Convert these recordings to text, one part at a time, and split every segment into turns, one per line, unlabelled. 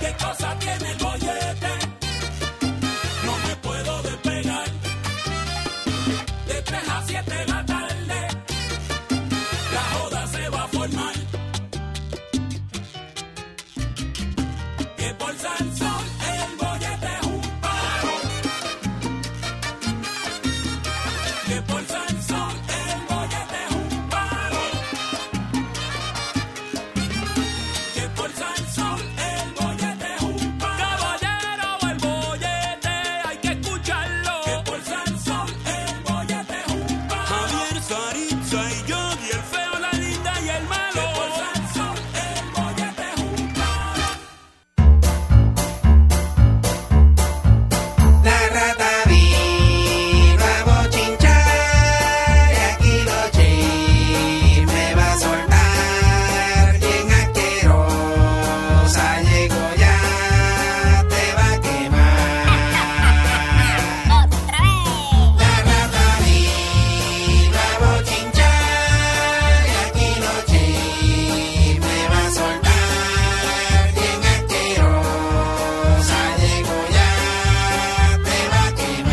¿Qué cosa tiene el bollete? No me puedo despegar. De 3 a 7 de la tarde, la joda se va a formar. Que por San Sol el bollete es un paro. Que por San Sol el bollete es un paro. Que por San Sol el bollete es un palo. Caballero, el bollete hay que escucharlo. Que por San Sol el bollete es un palo. Javier, Saritza y yo. Y el feo, la linda y el malo. Que por San Sol el bollete es un palo.
La rata vino a bochinchar y aquí los chismes va a soltar. Bien asquerosa llegó ya, te va a quemar. La rata vino a bochinchar y aquí los chismes va a soltar. Bien asquerosa llegó ya, te va a quemar.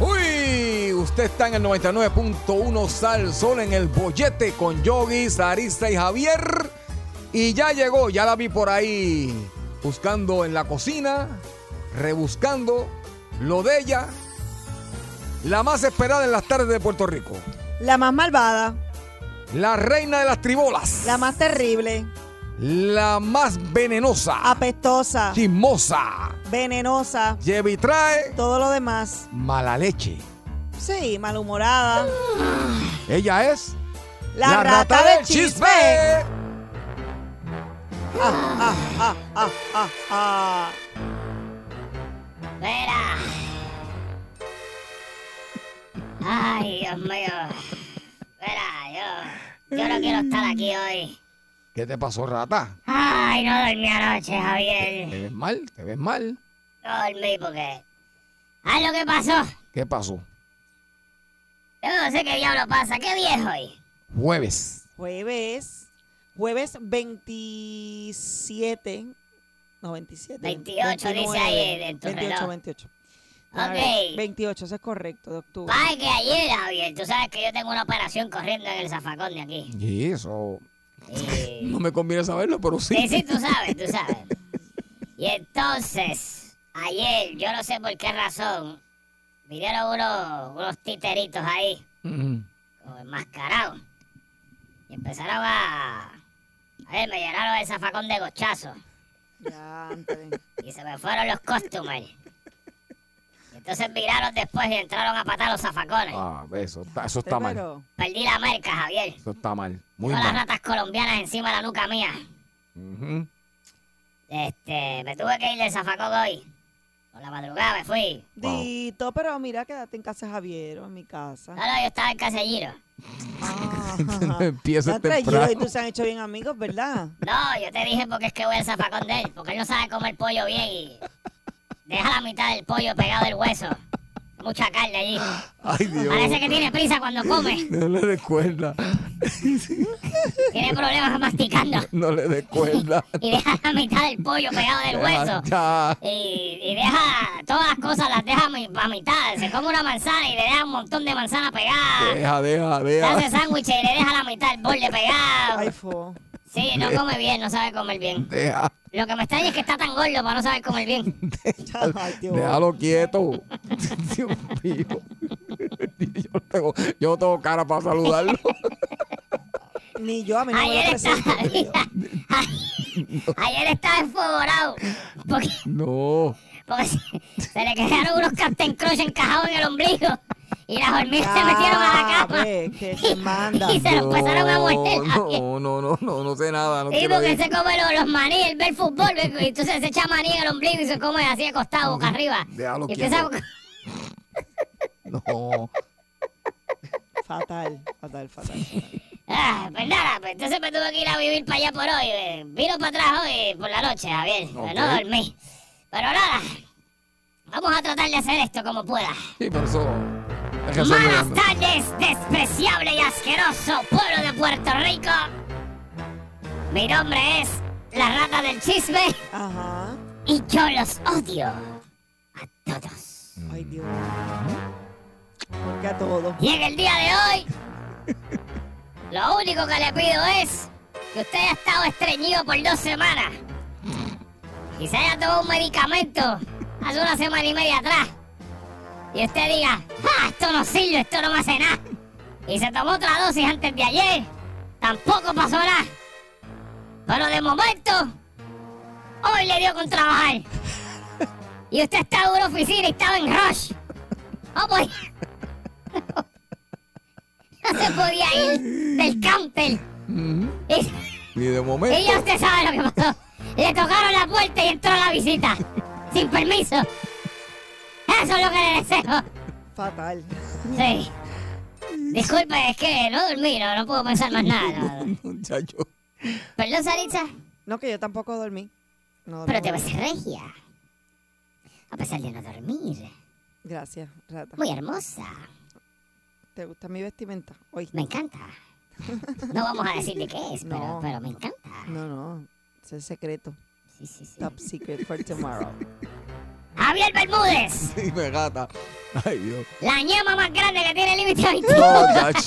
Uy, usted está en el 99.1 Sal Sol en el bollete con Yogi, Sarista y Javier. Y ya llegó, ya la vi por ahí buscando en la cocina, rebuscando lo de ella. La más esperada en las tardes de Puerto Rico.
La más malvada,
La reina de las tribolas.
la más terrible,
La más venenosa.
apestosa,
Chismosa.
venenosa,
Lleva y trae
todo lo demás.
mala leche.
Sí, malhumorada.
Ella es
La, rata, del chisme. Ah,
Mira. Ay, Dios mío. Mira, yo, yo no quiero estar aquí hoy.
¿Qué te pasó, rata?
Ay, no dormí anoche, Javier.
Te ves mal, te ves mal.
No dormí porque... Ay, lo que pasó.
¿Qué pasó?
Yo no sé qué diablo pasa. ¿Qué día es hoy?
Jueves.
jueves, jueves 27. No, 27.
28 dice ahí en tu
28,
reloj.
28. A ver,
Ok. Ah.
28, eso es correcto, de octubre.
Ay, que ayer, Javier, tú sabes que yo tengo una operación corriendo en el zafacón de aquí.
Y eso.
Y...
No me conviene saberlo, pero sí.
Sí, sí, tú sabes, tú sabes. Y entonces, ayer, yo no sé por qué razón, vinieron unos, unos titeritos ahí,
Mm.
como enmascarados, y empezaron a... A ver, me llenaron el zafacón de gochazos,
Ya, antes.
y se me fueron los costumers. Y entonces miraron después y entraron a patar los zafacones.
Ah, eso está, eso está mal.
Pero,
Perdí la marca, Javier.
Eso está mal. Muy
Todas las
mal.
ratas colombianas encima de la nuca mía.
Ujú.
Este, me tuve que ir del zafacón hoy. Por la madrugada me fui.
Wow.
Dito, pero mira, quédate en casa de Javier o en mi casa.
No, no, yo estaba en casellero.
Ah,
Empieza
Está traído y
temprano.
tú se han hecho bien amigos, ¿verdad?
No, yo te dije porque es que voy al zafacón de él, porque él no sabe comer pollo bien y deja la mitad del pollo pegado del hueso. Mucha carne allí.
Ay, Dios.
Parece que tiene prisa cuando come.
No le des cuerda.
Tiene problemas masticando.
No le des cuerda.
Y deja la mitad del pollo pegado del hueso.
Ya.
Y, y deja todas las cosas, las deja a mi- a mitad. Se come una manzana y le deja un montón de manzana pegada.
Deja, deja,
Se hace
deja.
sándwiches y le deja la mitad del borde
Ay,
pegado.
fo.
Sí, no come bien, no sabe comer bien.
Deja.
Lo que me extraña es que está tan gordo para no saber comer bien.
Ay, tío.
Déjalo quieto. Dios mío. Yo no tengo, yo no tengo cara para saludarlo.
Ni yo, a mí no me lo
Ayer
presento.
estaba, ayer estaba enfogonado porque,
No.
porque se, se le quedaron unos Captain Crunch encajados en el ombligo y las hormigas se metieron
Ah,
a la cama
ve, que te manda.
y se los pasaron a morder.
No, no, no, no, no sé nada. No
Y
quiero
porque
ir.
se come los, los maní, él ve el fútbol, ve, y entonces se echa maní en el ombligo y se come así acostado, boca arriba.
Déjalo
y empieza a...
quieto. No.
Fatal, fatal, fatal.
Ah, pues nada, pues entonces me tuve que ir a vivir para allá por hoy. eh, Vino para atrás hoy por la noche, Javier. pero No
Ok.
dormí. Pero nada, Vamos a tratar de hacer esto como pueda.
Sí, pero eso. hay que hacerlo
Malas
bien.
tardes, despreciable y asqueroso pueblo de Puerto Rico. Mi nombre es la rata del chisme
Ajá.
y yo los odio a todos.
Ay, Dios. Que a todo.
Y en el día de hoy, lo único que le pido es que usted haya estado estreñido por dos semanas y se haya tomado un medicamento hace una semana y media atrás. Y usted diga, ¡ah, esto no sirve, esto no me hace nada! Y se tomó otra dosis antes de ayer, tampoco pasó nada. Pero de momento, hoy le dio con trabajar. Y usted estaba en una oficina y estaba en rush. Oh, pues. No podía- no se podía ir del counter. Y-
Y de momento.
y ya usted sabe lo que pasó. Le tocaron la puerta y entró la visita. Sin permiso. Eso es lo que le deseo.
Fatal.
Sí. Disculpe, es que no dormí, no, no puedo pensar más nada. no, no.
Muchacho.
Perdón, Saritza,
No, que yo tampoco dormí. No dormí.
pero te ves regia. A pesar de no dormir.
Gracias, rata.
Muy hermosa.
¿Te gusta mi vestimenta? Hoy.
Me encanta. No vamos a decir de qué es, pero,
No.
pero me encanta.
No, no. Es el secreto.
Sí, sí, sí.
Top secret for tomorrow.
Javier Bermúdez,
Dime, gata. Ay, Dios.
la ñema más grande que tiene el límite 21.
No, muchach.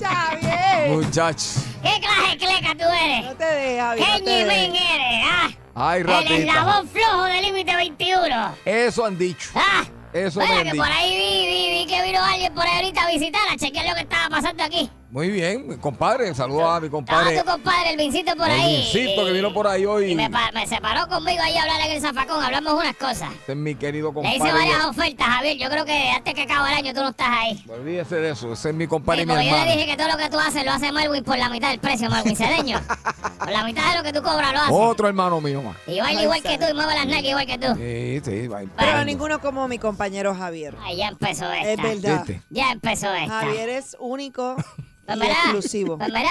¡Javier!
Muchach.
¿Qué clase de cleca tú eres?
No te dejes, Javier.
¿Qué
no te
ñimín
dejes.
eres, ah?
Ay,
El
ratita.
eslabón flojo del límite 21.
Eso han dicho.
Ah,
Eso me
bueno,
han
que
dicho.
por ahí vi, vi, vi que vino alguien por ahí ahorita a visitar, a chequear lo que estaba pasando aquí.
Muy bien, mi compadre. Saludos a mi
Estaba
compadre.
tu compadre, el Vincito, por
El
ahí.
Vincito que vino por ahí hoy.
Y me, pa- me separó conmigo ahí a hablar en el zafacón, hablamos unas cosas.
Este es mi querido
Le
compadre.
hice varias ofertas, Javier. Yo creo que antes que acabe el año tú no estás ahí.
Olvídese de eso. Ese es mi
Sí,
compadre y mi
porque yo le
hermano.
dije que todo lo que tú haces lo hace Melwin por la mitad del precio, Melwin Cedeño. por la mitad de lo que tú cobras lo hace.
Otro hermano mío más.
Y baila igual que tú y mueve las nalgas igual que tú.
Oh, Sí, sí, va.
Pero ninguno como mi compañero Javier.
Ay, ya empezó esta.
Es verdad.
¿Viste?
Ya empezó esta.
Javier es único
Pues
y
mira,
exclusivo.
pues mira,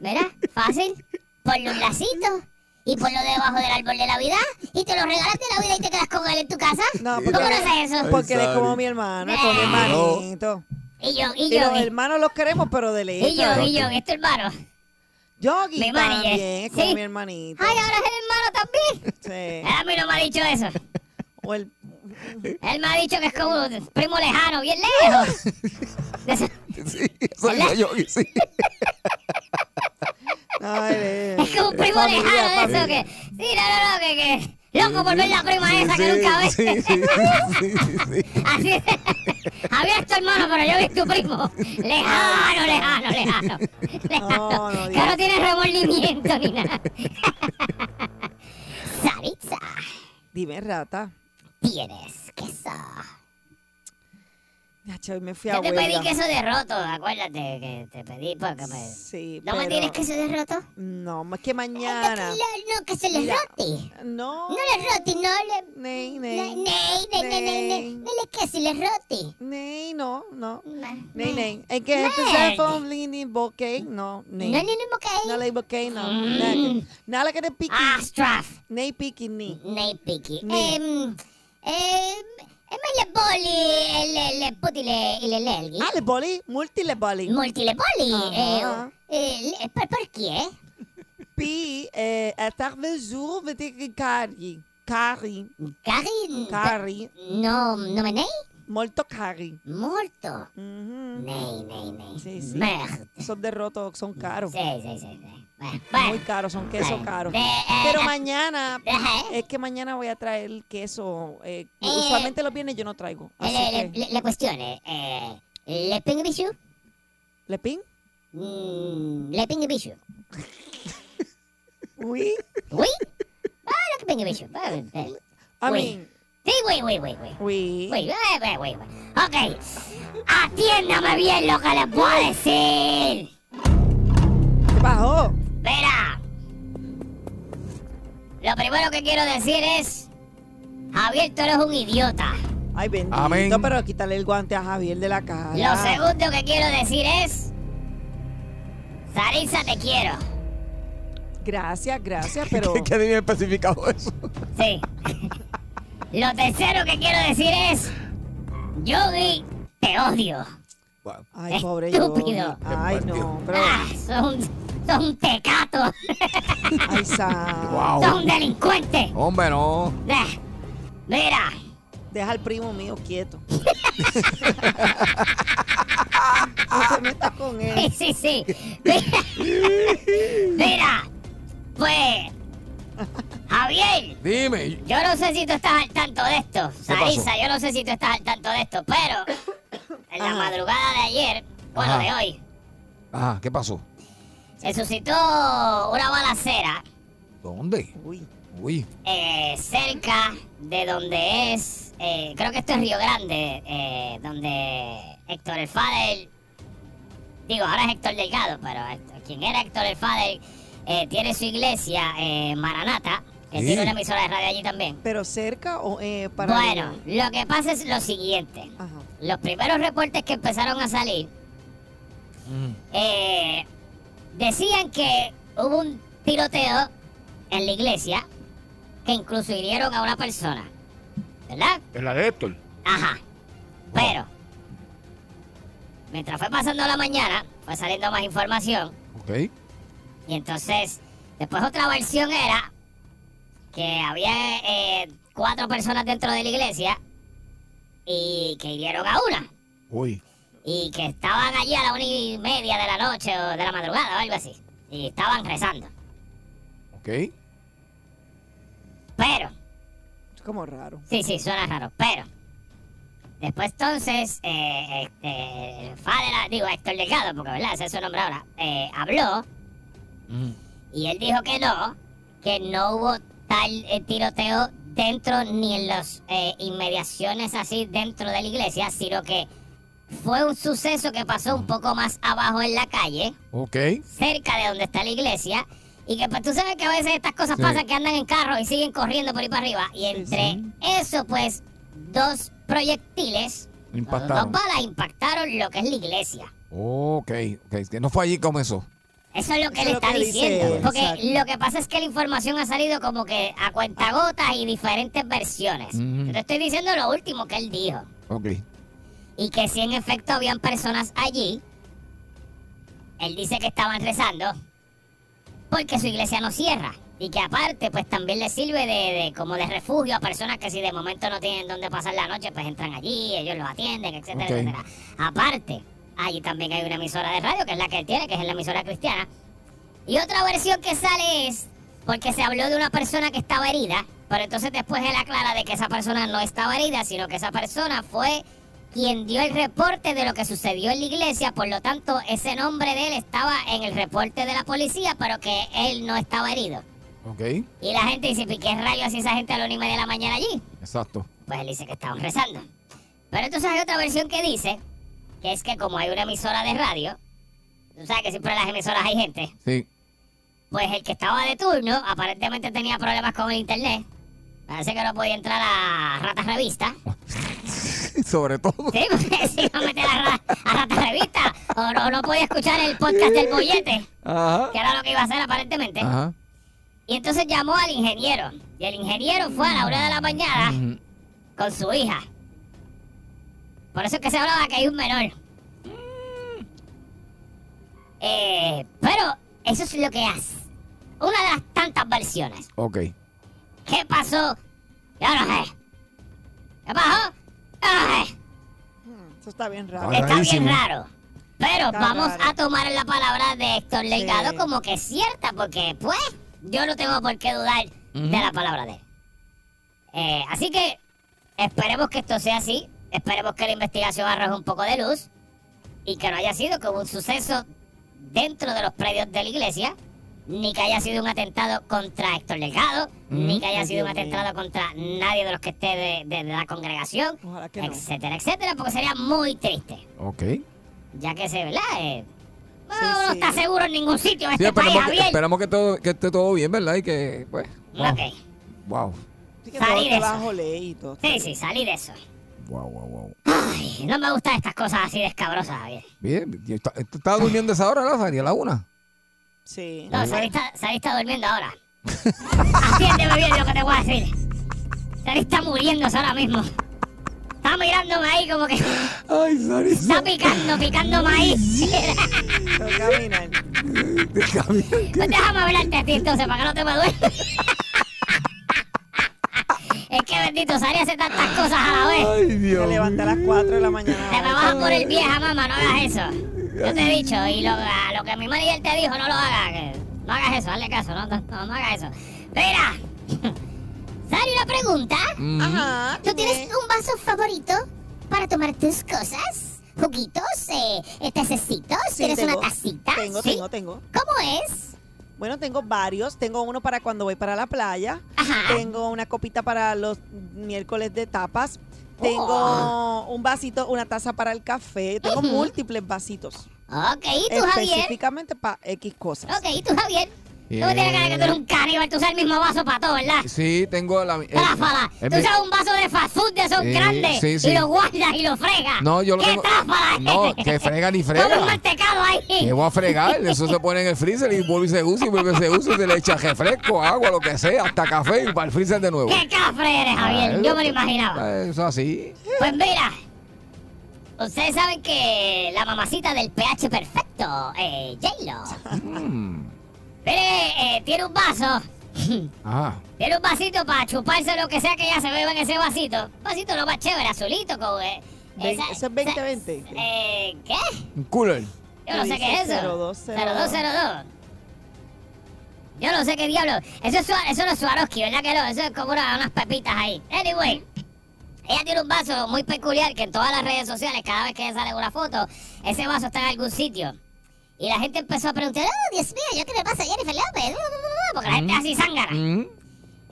mira, fácil. Ponle un lacito y ponlo debajo del árbol de Navidad y te lo regalas de Navidad y te quedas con él en tu casa.
No,
¿Cómo no haces eso?
Porque él es
sorry.
como mi hermano, es como mi
No.
hermanito.
Y yo, y
Y
yo,
los
y,
hermanos los queremos, pero de lejos.
y yo, y yo, y es tu hermano.
Yogi
Mi manager.
también, es como
Sí.
mi hermanito.
Ay, ahora es el hermano también.
Sí.
A mí no me ha dicho eso.
O el,
Él me ha dicho que es como un primo lejano, bien lejos. De eso-
Sí, eso digo yo que sí.
ay, de-
Es como un primo
familia,
lejano de eso
familia.
que. Sí, no, no, no, que. que loco por ver la prima esa que nunca ve.
Sí, sí, sí, sí, sí.
Así es. Javier es tu hermano, pero yo vi tu primo. Lejano, lejano, lejano. Lejano.
No, no,
que
Dios.
no tiene remordimiento ni nada. Saritza,
Dime, rata.
tienes queso.
Nacho, hoy me fui a
Yo te pedí
huelga.
queso de roto, acuérdate que te pedí porque me.
Sí,
¿No me
pero-
tienes queso de roto?
No, más que
No,
mañana.
no, que se les
Mira.
rote.
No.
No les rote, no le.
Ney,
No,
ney.
ney, ney, ney, ney, ney. No les queso, les rote.
Ney, no, no.
No,
Ney, ney. Hay que empezar con Lindy Bokeh. No, ney.
no, no,
No
no,
le bokeh, no.
Mm.
Nada que- Nada que te pique.
Ah, Astraf.
Ney pique ni.
Nate Picky.
Ni.
Em, em, em, ehm, le poli, le, le puti, le, le, lelghi.
Ah, le boli, multi le boli.
Molti le poli.
Ah.
eh, eh, le- per- perché?
Pi, eh, a tarde jour, vete que cari. Cari,
Cari,
cari,
no, nome nei?
molto cari.
Molto.
Mhm.
Nei, nei, nei.
Sì, sì.
Merda.
Son de roto, son caros.
Sì, sì, sì, sì. Beh,
Muy
beh.
caros, son queso
Eh,
caros.
eh, eh,
Pero
eh,
mañana,
eh,
es que mañana voy a traer el queso. eh,
Eh.
usualmente los viernes yo no traigo.
eh,
Así
le-
que,
le- La questione è... Le pingue bichu?
¿le pin?
Mm, Le pingue bichu.
Uy.
Oui? Ah, le pingue bichu. Va bene.
I
Uy.
mean,
Sì, oui, oui, oui, oui.
uy.
Uy, uy, uy, uy, uy. Ok, atiéndame bien lo que les voy a decir.
¿Qué pasó?
Verá. Lo primero que quiero decir es, Javier, tú eres un idiota.
Ay, bendito,
Amén.
pero quítale el guante a Javier de la cara.
Lo segundo que quiero decir es, Sarisa, te quiero.
Gracias, gracias, pero
Que bien especificado eso.
Sí. Lo tercero que quiero decir es, Yogi, te odio.
Bueno,
Ay, pobre
Estúpido.
Yogi. Ay, no. Pero,
Ah, son, son tecatos,
ay, Sam.
wow.
son delincuentes.
Hombre, no.
Ah, Mira,
Deja al primo mío quieto. no te metas con
sí,
él.
sí, sí. Mira, mira, pues, Javier,
Dime.
yo no sé si tú estás al tanto de esto. Sarisa,
pasó?
yo no sé si tú estás al tanto de esto, pero en la
Ajá.
madrugada de ayer, bueno,
Ajá.
de hoy,
Ajá, Ah, ¿qué pasó?
se suscitó una balacera
¿Dónde?
Uy.
Uy.
eh, cerca de donde es, eh, creo que esto es Río Grande, eh, donde Héctor el Fader, digo, ahora es Héctor Delgado, pero Héctor- quien era Héctor el Fader eh, tiene su iglesia, eh, Maranata, que
Sí.
tiene una emisora de radio allí también.
Pero cerca o eh, para.
bueno, lo que pasa es lo siguiente.
Ajá.
Los primeros reportes que empezaron a salir
Mm.
eh, decían que hubo un tiroteo en la iglesia que incluso hirieron a una persona. ¿Verdad?
En la de Héctor.
Ajá. Pero, mientras fue pasando la mañana, fue saliendo más información.
Ok.
Y entonces, después otra versión era que había eh, cuatro personas dentro de la iglesia y que hirieron a una.
Uy.
y que estaban allí a la una y media de la noche o de la madrugada o algo así. Y estaban rezando.
Ok.
Pero,
Es como raro.
sí, sí, suena raro, pero. Después entonces, eh, este, Fadela, digo, Héctor Delgado, porque verdad, ese es su nombre ahora, eh, habló y él dijo que no, que no hubo tal eh, tiroteo dentro ni en las eh, inmediaciones así dentro de la iglesia, sino que fue un suceso que pasó un poco más abajo en la calle.
Ok.
cerca de donde está la iglesia. Y que pues tú sabes que a veces estas cosas
Sí.
pasan que andan en carro y siguen corriendo por ahí para arriba. Y entre eso, pues, dos proyectiles,
Impactaron.
dos balas impactaron lo que es la iglesia.
Ok. Ok. Que no fue allí que comenzó.
Eso es lo que él
Eso es lo
está
que dice
diciendo.
él,
Porque
exacto.
lo que pasa es que la información ha salido como que a cuentagotas y diferentes versiones.
Ujú.
Yo Te estoy diciendo lo último que él dijo.
Ok.
y que si en efecto habían personas allí, él dice que estaban rezando porque su iglesia no cierra y que aparte pues también le sirve de, de- como de refugio a personas que si de momento no tienen dónde pasar la noche pues entran allí, ellos los atienden, etcétera,
Ok.
etcétera. Aparte, allí también hay una emisora de radio que es la que él tiene, que es la emisora cristiana. Y otra versión que sale es porque se habló de una persona que estaba herida, pero entonces después él aclara de que esa persona no estaba herida, sino que esa persona fue quien dio el reporte de lo que sucedió en la iglesia, por lo tanto ese nombre de él estaba en el reporte de la policía, pero que él no estaba herido.
Ok.
Y la gente dice, ¿y qué rayos hacía esa gente a la una y media de la mañana allí?
Exacto.
Pues él dice que estaban rezando. Pero entonces hay otra versión que dice, que es que como hay una emisora de radio, tú sabes que siempre en las emisoras hay gente,
Sí.
pues el que estaba de turno aparentemente tenía problemas con el internet. Parece que no podía entrar a Ratas Revista.
Sobre todo.
Sí, porque se iba a meter a, ra- a Ratas Revista. O no, no podía escuchar el podcast del bollete,
Ajá.
que era lo que iba a hacer aparentemente.
Ajá.
Y entonces llamó al ingeniero. Y el ingeniero fue a la hora de la mañana
Ujú.
con su hija. Por eso es que se hablaba que hay un menor. Eh, pero eso es lo que hace. Una de las tantas versiones.
Ok.
¿Qué pasó? Yo no sé. ¿Qué pasó? Yo no sé.
Eso está bien raro.
Ay.
Está bien
Rarísimo.
raro. Pero
Está
vamos
raro.
a tomar la palabra de Héctor Delgado
Sí.
como que es cierta, porque pues yo no tengo por qué dudar de la palabra de él. Eh, así que esperemos que esto sea así, esperemos que la investigación arroje un poco de luz y que no haya sido como un suceso dentro de los predios de la iglesia, ni que haya sido un atentado contra Héctor Delgado, ni que haya
Ay,
sido un
Dios mío.
atentado contra nadie de los que esté de, de- de la congregación,
Ojalá que no.
etcétera, etcétera, porque sería muy triste
Ok.
ya que se, ¿verdad? Eh, no,
Sí,
no
sí.
está seguro en ningún sitio en
Sí,
este país,
esperamos, que,
Javier.
esperamos que, todo, que esté todo bien, ¿verdad? Y que, pues. Wow.
Ok.
Wow.
Sí que
Salí
todo
de
te
eso.
bajo ley y todo.
Sí, sí, salí de eso.
Wow, wow, wow.
Ay, no me gustan estas cosas así de escabrosas, Javier.
Bien. ¿Tú estabas durmiendo esa hora, Lázaro? ¿Y a la una?
Sí.
No, salí está, Sari está durmiendo ahora. Atiéndeme bien lo que te voy a decir. Sari está muriéndose ahora mismo. Está mirándome ahí como que está
Ay, Sarisa.
picando, picando maíz.
Tengo que caminar.
Pues déjame hablarte a ti entonces para que no te me duele. Es que bendito, Sari hace tantas cosas a la vez.
Ay,
Me
Dios.
levanté a las 4 de la mañana.
Te me vas a poner vieja, mamá, no hagas eso. Yo te he dicho, y lo, a lo que mi manager te dijo, no lo hagas. que No hagas eso, hazle caso, no, no, no, no hagas eso. Mira, Sari, una pregunta.
Mm.
Mm.
Ajá.
Mm. ¿Tú
dime.
tienes un vaso favorito para tomar tus cosas? ¿Juguitos? Eh, ¿Tececitos?
Sí,
¿Tienes
tengo.
una tacita?
Tengo,
¿Sí?
tengo, tengo.
¿Cómo es?
Bueno, tengo varios. Tengo uno para cuando voy para la playa.
Ajá.
Tengo una copita para los miércoles de tapas. Tengo un vasito, una taza para el café. Tengo
Oh. Ujú.
múltiples vasitos.
Ok, ¿y tú, Javier?
Específicamente para X cosas.
Ok, ¿y tú, Javier? Tú
Bien.
tienes cara de que tú
Eh.
eres un caníbal, tú usas el mismo vaso para todo, ¿verdad?
Sí, tengo la. eh,
Tráfala.
eh,
Tú
mi-
usas un vaso de fast food de esos
Sí,
grandes
sí, sí.
y lo guardas y lo fregas.
No, yo lo
¿Qué
tengo-
tráfala es?
No, que frega ni
Come un
frega.
mantecado ahí.
Que voy a fregar, eso se pone en el freezer y vuelve y se usa y vuelve y se usa y se le echa refresco, agua, lo que sea, hasta café y para el freezer de nuevo.
¡Qué cafre eres, Javier! Yo me lo imaginaba.
Ah, Eso así.
Pues mira, ustedes saben que la mamacita del pH perfecto, eh, J-Lo,
Mm.
mire, eh, tiene un vaso,
Ajá.
tiene un vasito para chuparse lo que sea que ya se beba en ese vasito. Vasito lo más chévere, azulito, con... Eh,
Ve-
esa-
eso es
esa-
2020.
Eh, ¿Qué?
Un cooler.
Yo no sé
Dice
qué es eso.
0202.
0202. Yo no sé qué diablo. Eso, es, Swar- eso no es Swarovski, ¿verdad que no? Eso es como una- unas pepitas ahí. Anyway, ella tiene un vaso muy peculiar que en todas las redes sociales, cada vez que ella sale una foto, ese vaso está en algún sitio. Y la gente empezó a preguntar, oh, Dios mío, ¿yo qué le pasa a Jennifer López? Porque la gente es así zángana.
Mm.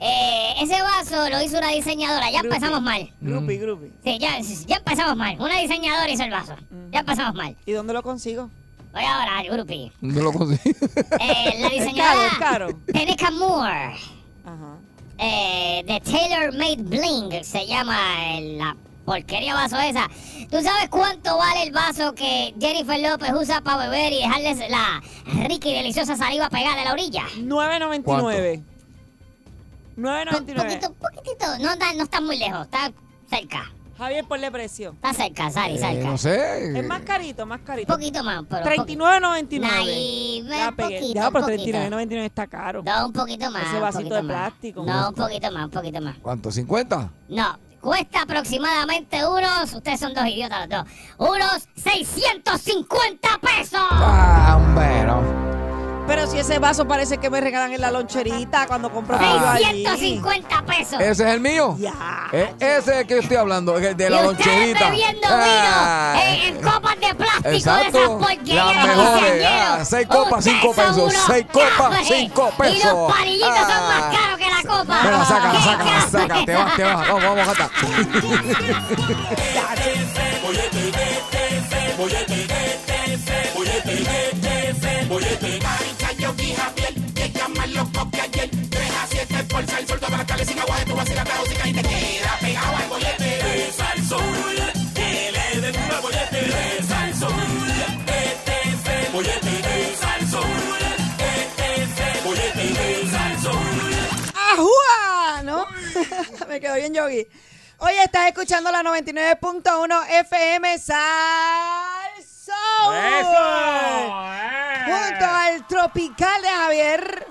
Eh, ese vaso lo hizo una diseñadora, ya empezamos mal.
Grupi, grupi.
Sí, ya, ya empezamos mal. Una diseñadora hizo el vaso. Ya empezamos mal.
¿Y dónde lo consigo?
Voy ahora al grupi.
No lo conseguí.
Eh, la
Es caro,
diseñadora
es caro.
Tereca Moore
Ajá.
eh, de Taylor Made Bling se llama eh, la porquería vaso esa. ¿Tú sabes cuánto vale el vaso que Jennifer López usa para beber y dejarles la rica y deliciosa saliva pegada a la orilla?
9.99. 9.99.
Poquito, poquitito, no, da- no está muy lejos, está cerca.
Javier, ponle precio.
Está cerca, Sari,
Eh,
cerca.
no sé.
Es más carito, más
Un
carito.
poquito más, pero. poquito.
39.99.
Ahí, ve,
Ya,
un
pegué.
poquito,
Ya,
un
pero
poquito.
39.99 está caro.
No, un poquito más.
Ese
un
vasito
poquito
de
más.
plástico.
No, un poquito más, un poquito más.
¿Cuánto? ¿50?
No, cuesta aproximadamente unos, ustedes son dos idiotas los dos, unos 650 pesos.
Ah, bueno.
Pero si ese vaso parece que me regalan en la loncherita cuando compro pollo allí.
650 pesos.
¿Ese es el mío?
Ya.
Eh, ese es el que estoy hablando, el de la
y ustedes
loncherita.
bebiendo
Ah,
vino en, en copas de plástico
Exacto,
de esas porquerías
las
de
mejores.
quinceañeros.
Ah, seis copas,
Ustedes
cinco
son
pesos,
unos
seis copas,
cafres.
cinco
Y los
pesos.
palillitos son
Ah.
más caros que la copa.
me la saca, la
¡Qué
saca, la
cafres!
saca. Te vas, te vas. Vamos, vamos, Jata.
¡Ajúa! ¿No? Me quedó bien yogi. Oye, estás escuchando la 99.1 FM Salso.
Eh.
Junto al tropical de Javier,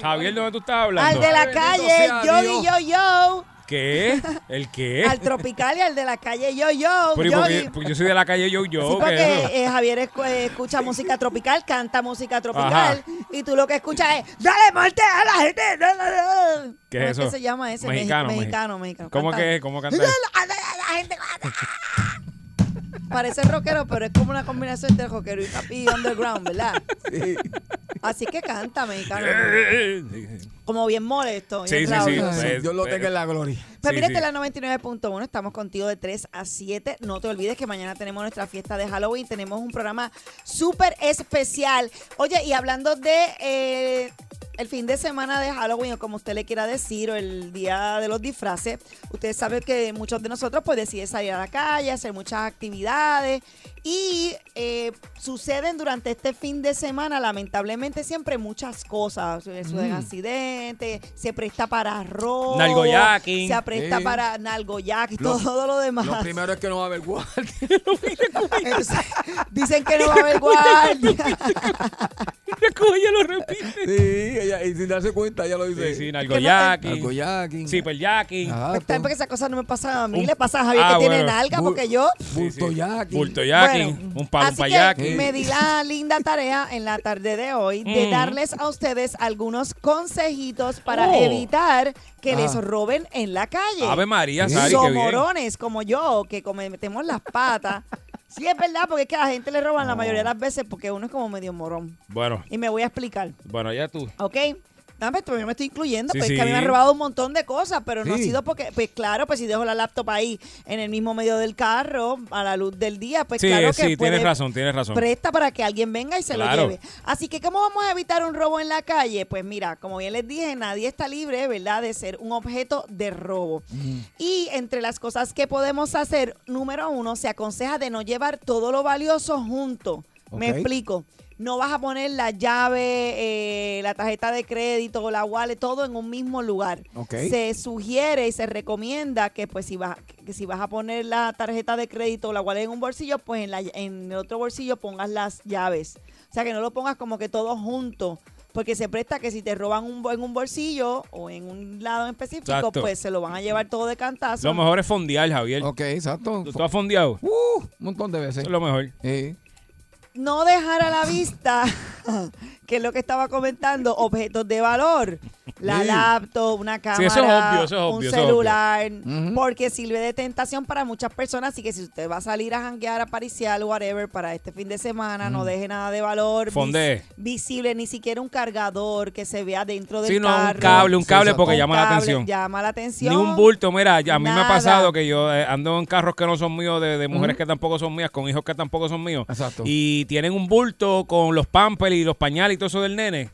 Javier, ¿dónde tú estás hablando?
al de la
Bendito
calle
sea
Yogi
Dios.
Yo Yo,
¿Qué? ¿El qué?
al tropical y al de la calle Yo Yo.
Eh. Pero, ¿y por qué?
Yogi.
Porque yo soy de la calle Yo
Sí,
Yo. ¿qué es
porque
eso?
eh, Javier escu- eh, escucha música tropical, canta música tropical, y tú lo que escuchas es ¡Dale muerte a la gente! No, no, no".
¿Qué
¿Cómo
es eso?
que se llama ese? Meji-
Mexicano, mexi-
mexicano, mexicano.
¿Cómo
Canta-
que es? ¿Cómo canta
¡Dale
eso?
a la- a la gente! Parece rockero, pero es como una combinación entre rockero y papi underground, ¿verdad?
Sí.
Así que canta mexicano,
Sí,
como bien molesto.
Sí,
bien
sí,
raudo.
sí.
Ay,
Pues,
Dios lo
pues,
tenga en la gloria.
Pues
Sí,
mira,
sí.
esta es la 99.1, estamos contigo de 3 a 7. No te olvides que mañana tenemos nuestra fiesta de Halloween, tenemos un programa súper especial. Oye, y hablando de eh, el fin de semana de Halloween, o como usted le quiera decir, o el día de los disfraces, ustedes saben que muchos de nosotros pues deciden salir a la calle, hacer muchas actividades, y eh,
Mm.
suceden durante este fin de semana, lamentablemente, siempre muchas cosas. Suceden accidentes gente, se presta para arroz.
Nalgoyaki.
Se presta
Sí.
para nalgoyaki,
Lo-
todo lo demás.
Lo primero es que no va a haber guardia.
Entonces, dicen que no va a haber guardia.
Mira cómo ella lo repite.
Sí, ella, y sin darse cuenta, ya lo dice.
Sí, sí, pues, Nalgoyaki.
Narcoyaki.
Zipperjacking.
Exacto.
También porque esas cosas no me pasan a mí,
Un-
le pasan a Javier
Ah,
que tiene
bueno.
nalga,
Bu-
porque yo...
Bultoyaki.
Bultoyaki.
Bueno,
Un palo, un
así
payaki.
que me di la linda tarea en la tarde de hoy de
Mm.
darles a ustedes algunos consejitos para
Oh.
evitar que
Ah.
les roben en la calle.
Ave María,
Sí.
Sari, qué bien.
Somorones como yo, que cometemos las patas. sí, es verdad, porque es que a la gente le roban la mayoría de las veces porque uno es como medio morón.
Bueno,
Y me voy a explicar,
bueno, ya tú.
¿ok? Dame, esto, yo me estoy incluyendo,
Sí,
pues es que a mí me
sí.
han robado un montón de cosas, pero no ha
Sí.
sido porque, pues claro, pues si dejo la laptop ahí en el mismo medio del carro, a la luz del día, pues
Sí,
claro que
sí, tienes
puede-
razón, tienes razón.
presta para que alguien venga y se
Claro.
lo lleve. Así que, ¿cómo vamos a evitar un robo en la calle? Pues mira, como bien les dije, nadie está libre, ¿verdad?, de ser un objeto de robo. Y entre las cosas que podemos hacer, número uno, se aconseja de no llevar todo lo valioso junto. Me
Ok.
explico. No vas a poner la llave, eh, la tarjeta de crédito, la wallet, todo en un mismo lugar.
Ok.
Se sugiere y se recomienda que pues si vas, que si vas a poner la tarjeta de crédito o la wallet en un bolsillo, pues en, la- en el otro bolsillo pongas las llaves. O sea, que no lo pongas como que todo junto. Porque se presta que si te roban un, bo- en un bolsillo o en un lado en específico,
Exacto.
pues se lo van a llevar todo de cantazo.
Lo mejor es fondear, Javier.
Ok, exacto.
¿Tú, tú has fondeado?
Uh, un montón de veces.
Eso es lo mejor.
Eh,
no dejar a la vista, que es lo que estaba comentando, objetos de valor. La
Sí.
laptop, una cámara,
Sí, eso es obvio, eso es obvio,
un
eso es
celular,
Ujú.
porque sirve de tentación para muchas personas. Así que si usted va a salir a janguear, a pariciar, whatever, para este fin de semana, no deje nada de valor vis-
Fondee.
visible, ni siquiera un cargador que se vea dentro del
Sí, no, un
carro.
cable, un
Sí,
cable
exacto.
porque
Un
llama la
cable,
atención.
Llama la atención.
Ni un bulto, mira, ya a mí me ha
Nada.
pasado que yo eh, ando en carros que no son míos, de, de mujeres que tampoco son mías, con hijos que tampoco son míos.
Exacto.
Y tienen un bulto con los pampers y los pañales y todo eso del nene.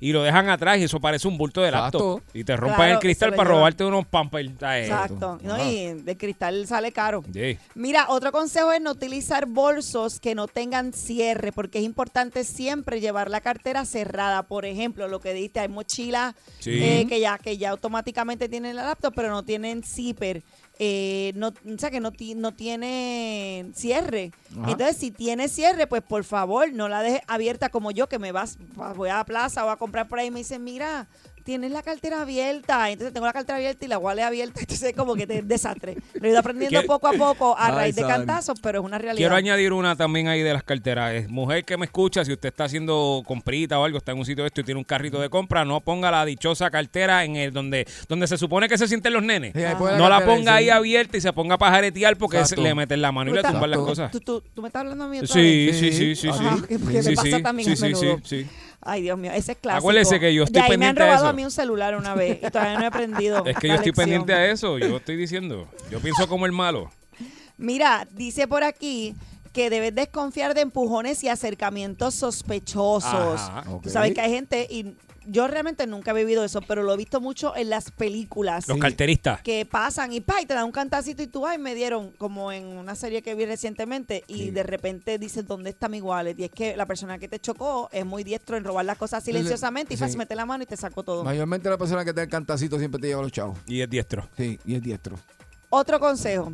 Y lo dejan atrás y eso parece un bulto de laptop.
Exacto.
Y te rompen
Claro,
el cristal
se lo
para
llevan.
robarte unos pampers. ¿sabes?
Exacto. No, y de cristal sale caro.
Sí.
Mira, otro consejo es no utilizar bolsos que no tengan cierre, porque es importante siempre llevar la cartera cerrada. Por ejemplo, lo que diste, hay mochilas
Sí.
eh, que ya que ya automáticamente tienen la laptop, pero no tienen zipper. eh, no, o sea, que no, ti- no tiene cierre.
Ajá.
Entonces, si tiene cierre, pues por favor, no la dejes abierta como yo, que me vas, va- voy a la plaza o a comprar por ahí y me dicen, mira, tienes la cartera abierta. Entonces, tengo la cartera abierta y la wallet abierta. Entonces, como que te desastre. Lo he ido aprendiendo
Quiero-
poco a poco a
Ay,
raíz de
Sara.
cantazos, pero es una realidad.
Quiero añadir una también ahí de las carteras. Es mujer que me escucha, si usted está haciendo comprita o algo, está en un sitio de esto y tiene un carrito de compra, no ponga la dichosa cartera en el donde, donde se supone que se sienten los nenes.
Sí, ahí
Ah.
puede
No la
cartera,
ponga
sí.
ahí abierta y se ponga a pajaretear porque es-
Exacto.
le meten la mano y
Tú
le
estás-
tumban las
Exacto.
cosas.
¿Tú, tú, tú me estás hablando a mí otra
Sí,
vez?
sí, sí, sí.
Ajá,
sí.
Ah, que- que me
Sí,
pasa
sí,
también
sí,
a
sí,
menudo.
sí, sí.
Ay, Dios mío, ese es clásico.
Acuérdese que yo
De
estoy
ahí me han
pendiente de
robado
eso.
a mí un celular una vez y todavía no he aprendido.
Es que
la
yo estoy
lección.
pendiente a eso, yo estoy diciendo. Yo pienso como el malo.
Mira, dice por aquí que debes desconfiar de empujones y acercamientos sospechosos.
Ajá,
ok.
Tú sabes que hay gente y yo realmente nunca he vivido eso, pero lo he visto mucho en las películas.
Los carteristas.
que pasan y pa, y te dan un cantacito y tú, ay, me dieron como en una serie que vi recientemente y de repente dices, ¿dónde está mi wallet? Y es que la persona que te chocó es muy diestro en robar las cosas silenciosamente y
Sí.
fácil se mete la mano y te sacó todo.
Mayormente la persona que te da el cantacito siempre te lleva los chavos.
Y es diestro.
Sí, y es diestro.
Otro consejo,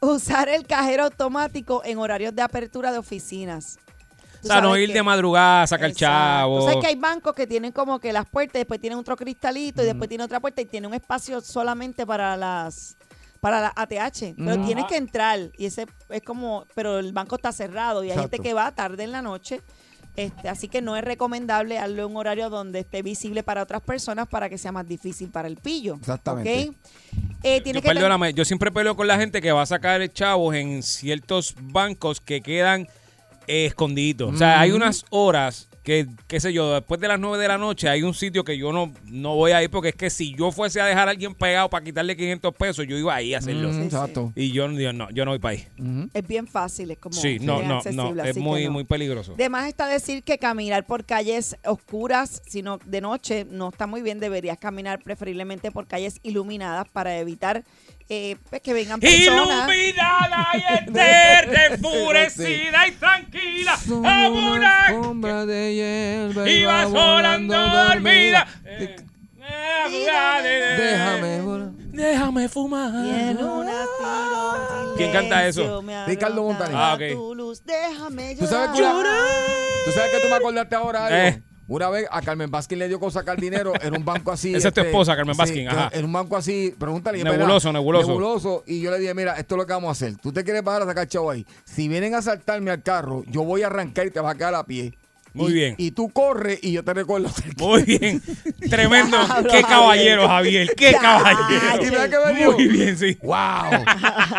usar el cajero automático en horarios de apertura de oficinas.
O sea, no ir de madrugada, sacar
sacar
chavo.
O sea, que hay bancos que tienen como que las puertas, y después tienen otro cristalito y después tiene otra puerta y tiene un espacio solamente para las para la ATH, pero
Ujú.
tienes que entrar y ese es como, pero el banco está cerrado y hay
Exacto.
gente que va tarde en la noche. Este, así que no es recomendable darle un horario donde esté visible para otras personas para que sea más difícil para el pillo.
Exactamente.
¿ok? Eh, tienes
Yo,
que ten-
perdóname, yo siempre peleo con la gente que va a sacar chavos en ciertos bancos que quedan eh, escondiditos. O sea, hay unas horas que, qué sé yo, después de las 9 de la noche hay un sitio que yo no, no voy a ir porque es que si yo fuese a dejar a alguien pegado para quitarle 500 pesos, yo iba ahí a hacerlo.
Mm,
sí.
Exacto.
Y yo digo, no, yo no voy para ahí.
es bien fácil, es como
Sí, no,
bien
no, no,
accesible,
es
así que
muy,
no.
muy peligroso.
De más está decir que caminar por calles oscuras, sino de noche, no está muy bien. Deberías caminar preferiblemente por calles iluminadas para evitar eh, pues, que vengan personas.
Iluminada y eterna, enfurecida y ¡Ah, tranquila,
sombra de hierba
Ibas volando dormida. Eh, eh, a jugar.
Déjame volar.
Déjame fumar.
Y en una tiro en
¿Quién canta
silencio
eso?
me
Ricardo
abrazaba
Montaner.
Ah, ok.
tu luz, déjame
¿Tú sabes, que
llorar.
¿Tú sabes que tú me acordaste ahora algo?
Eh.
Una vez a Carmen Baskin le dio cosa sacar dinero en un banco así. este,
Esa es tu esposa, Carmen
sí,
Baskin,
que-
ajá.
En un banco así, pregúntale. espera,
Nebuloso, nebuloso.
Nebuloso. Y yo le dije, mira, esto es lo que vamos a hacer. Tú te quieres bajar a sacar chavo ahí. Si vienen a asaltarme al carro, yo voy a arrancar y te vas a quedar a pie.
Muy
Y-
bien.
Y tú corres y yo te recuerdo.
Muy bien. Tremendo.
Diablo,
Qué
Javier.
caballero, Javier. Qué
Ya,
caballero.
y mira que me dijo,
Muy bien, sí.
¡Wow!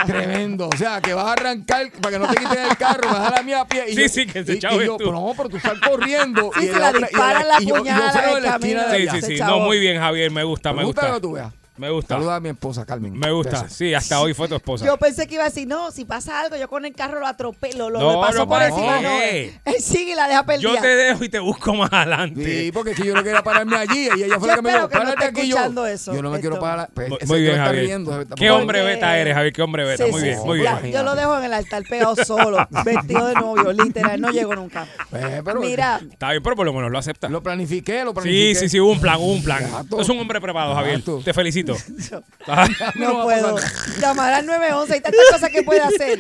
Tremendo. O sea, que vas a arrancar para que no te quiten el carro, vas a la mía a pie. Y
Sí,
yo-
sí, que se
y- y
chavo es
yo,
tú.
pero no, pero tú estás corriendo.
Sí,
el
se la
otro- y el-
dispara la
y yo- y yo
puñalada
freno en
de
la esquina
camino.
de
Sí,
allá.
sí, sí.
chavo.
No, muy bien, Javier. Me gusta, me
gusta.
gusta.
lo que tú veas.
Me gusta.
Saluda a mi esposa, Carmen.
Me gusta.
Beso.
Sí, hasta hoy fue tu esposa.
Yo pensé que iba a decir, no, si pasa algo, yo con el carro lo atropelo, lo,
No,
lo paso
no
por
pasa
encima. No,
nada.
él, él sigue y la deja perdida.
Yo te dejo y te busco más adelante.
Sí, porque si yo no quería pararme allí y ella
Yo
fue la que me dijo,
espero que no esté
párate aquí yo.
escuchando eso,
yo no me
esto.
quiero parar. Pues,
Muy-
ese
Muy
tío
bien,
está
Javier.
riendo, se está-
Qué hombre beta eres, Javier. Qué hombre beta.
Sí,
Muy
sí,
bien,
sí.
muy
La-
bien.
yo lo dejo en el altar pegado solo, vestido de novio, literal, no llego nunca.
Eh, pero-
Mira,
Está bien, pero por lo menos lo acepta.
Lo planifiqué, lo planifiqué.
Sí, sí, sí, hubo un plan, hubo un plan.
Exacto.
Tú eres un hombre preparado, Javier.
Exacto.
Te felicito.
no
no
va a pasar
puedo. Llamar al 911 y tantas cosas que puede hacer.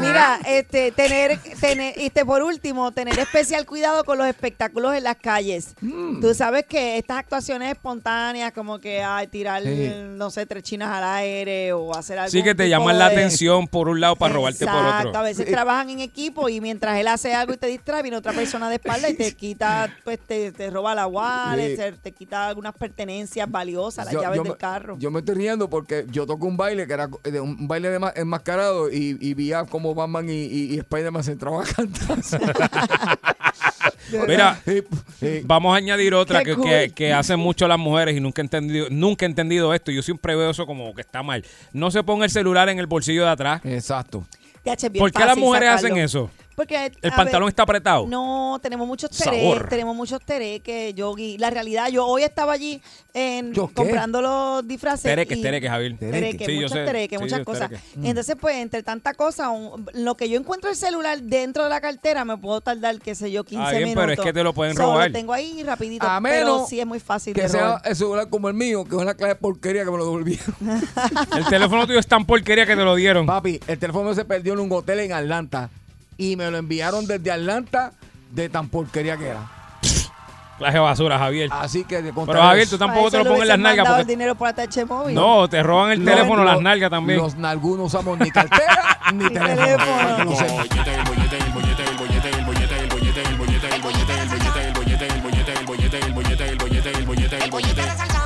Mira, este, tener, tener, y este, por último, tener especial cuidado con los espectáculos en las calles.
Mm.
Tú sabes que estas actuaciones espontáneas, como que ay, tirar,
Sí.
no sé, tres chinas al aire o hacer algo.
Sí que te llaman la atención por un lado para robarte por
Pues. Exacto, a
otro. Eh.
veces trabajan en equipo y mientras él hace algo y te distrae, viene otra persona de espalda y te quita, pues te, te roba la wallet,
Sí.
te- te quita algunas pertenencias valiosas, las
Yo-
llaves
yo
del
me-
carro.
Yo me estoy riendo porque yo toco un baile que era co- de un baile de ma- enmascarado y, y vi a como Batman y, y, y Spider-Man se entraban a cantar.
Mira,
Sí, sí.
Vamos a añadir otra
Qué
que, que-
cool.
que hacen mucho las mujeres y nunca he entendido, nunca he entendido esto. Yo siempre veo eso como que está mal. No se ponga el celular en el bolsillo de atrás.
Exacto.
TH es bien
¿Por qué las
fácil
mujeres
sacarlo.
hacen eso?
Porque
El
a
pantalón
ver,
está apretado.
No, tenemos muchos terés,
Sabor.
tenemos muchos terés que yogi. La realidad, yo hoy estaba allí en,
¿Yo qué?
comprando los disfraces.
Tereques,
y-
tereques, Javier.
Tereque,
Sí, yo
muchos
sé.
tereque,
Sí,
muchas
yo
cosas.
tereque.
Mm.
Entonces, pues, entre tanta cosa, un- lo que yo encuentro el celular dentro de la cartera, me puedo tardar, qué sé yo, 15
Ah, bien,
minutos.
pero es que te lo pueden
So,
robar.
Lo tengo ahí rapidito,
A
pero
menos
sí es muy fácil
Que
de
sea
robar.
el celular como el mío, que es una clase de porquería que me lo devolvieron.
El teléfono tuyo es tan porquería que te lo dieron.
Papi, el teléfono se perdió en un hotel en Atlanta y me lo enviaron desde Atlanta de tan porquería que era.
Clase de basura, Javier.
Así que de
Pero Javier, tú tampoco te lo pongas en las nalgas.
porque...
Porque...
el dinero por ATH móvil.
No, te roban el
Los-
teléfono,
los-
las nalgas también.
Los nalgunos usamos ni cartera ni teléfono.
teléfono.
para que lo sepa.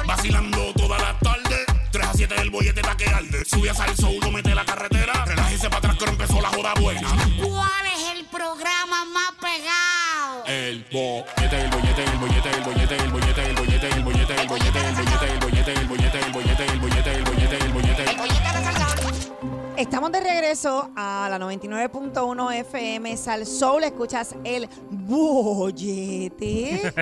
Vacilando toda la tarde, 3 a 7 del bollete está que arde. Sube a salso, uno mete la carretera. Relájese para atrás que ahora empezó la joda buena.
¿Cuál es el programa más pegado?
El bollete, el bollete, el bollete, el bollete, el bollete, el bollete, el bollete, el bollete, el bollete, el bollete, el bollete, el bollete, el bollete, el bollete, el bollete.
Estamos de regreso a la 99.1 FM Sal Soul. Escuchas el bollete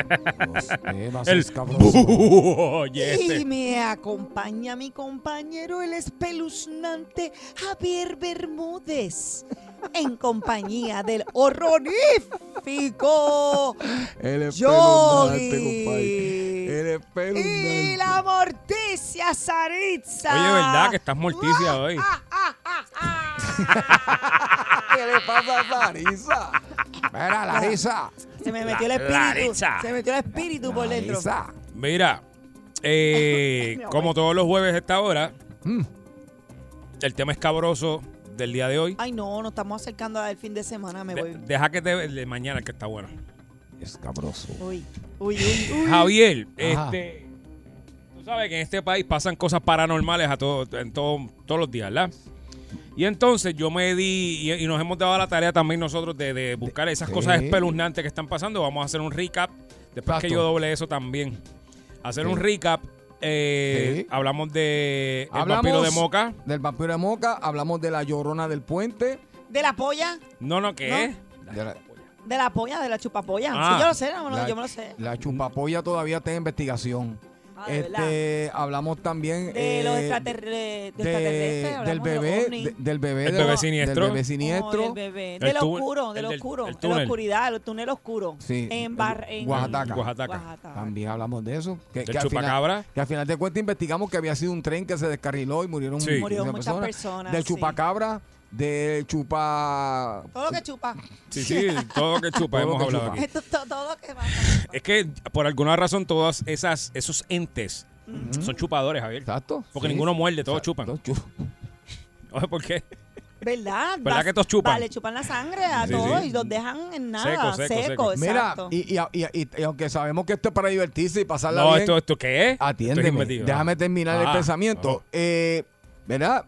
Los temas
El
escabrosos.
Oye,
y
este.
me acompaña mi compañero el espeluznante Javier Bermúdez en compañía del horrorífico
El
Yogi.
espeluznante, compadre. El espeluznante.
y la morticia Saritza.
Oye, ¿verdad? Que estás
Ah.
morticia hoy.
¿Qué le pasa a Larisa? Mira, Larisa.
Se me metió el
La-
espíritu.
Larisa.
Se metió el espíritu por dentro.
Larisa.
Mira, eh,
Me
como todos los jueves a esta hora,
Mm.
el tema escabroso del día de hoy.
Ay, no, nos estamos acercando al fin de semana, me
De-
voy.
deja que te el de mañana que está bueno.
Escabroso.
Uy, uy, uy, uy.
Javier,
Ajá.
este tú sabes que en este país pasan cosas paranormales a todo, en todo- todos los días, ¿verdad? Y entonces yo me di, y, y nos hemos dado la tarea también nosotros de, de buscar esas
Sí.
cosas espeluznantes que están pasando. Vamos a hacer un recap. Después que
Exacto.
yo doble eso también. Hacer
Sí.
un recap. eh,
Sí.
Hablamos de el vampiro de Moca.
Del vampiro de Moca. Hablamos de la llorona del puente.
¿De la polla?
No, no, ¿qué?
de la,
¿De la polla? ¿De la chupapolla?
Ah,
sí, yo lo sé, no, no,
la-
yo me lo sé.
La chupapolla todavía está en investigación.
Ah, de verdad.
Este, hablamos también
De los
eh,
extraterre- de
de-
extraterrestres, hablamos
del
de los
bebé,
ovnis.
de- del bebé,
El
de-
bebé
del
siniestro.
bebé siniestro.
Oh, del bebé.
El
Del
túnel-
oscuro, del
el del-
oscuro.
el
de la
túnel.
oscuridad, el túnel oscuro.
Sí,
En,
el-
Bar- en
Oaxaca.
Oaxaca.
Oaxaca.
También hablamos de eso. Que,
¿Del
que al final-
chupacabra?
que al final de cuentas investigamos que había sido un tren que se descarriló y murieron,
Sí.
Murieron
muchas
muchas personas,
Del
sí.
chupacabra, del chupa...
Todo lo que chupa.
Sí, sí, todo lo que
Todo
chupa
lo
hemos
que
hablado
chupa.
aquí.
Esto, to- todo lo que va.
Es que por alguna razón todas esas esos entes son chupadores, Javier.
Exacto.
Porque
sí.
ninguno muerde, todos
Exacto,
chupan.
todos chupan.
Oye, ¿Por qué?
¿Verdad?
¿Verdad
Vas-
que todos chupan?
Vale, chupan la sangre a
Sí,
todos
sí.
y los dejan en nada.
Seco,
Seco,
seco, seco.
Mira,
exacto.
y, y- y- y- y aunque sabemos que esto es para divertirse y pasarla
No,
bien,
esto, esto ¿qué es? Esto es
atiéndeme,
inventivo.
déjame terminar
Ah,
el pensamiento.
ok.
Eh, ¿Verdad?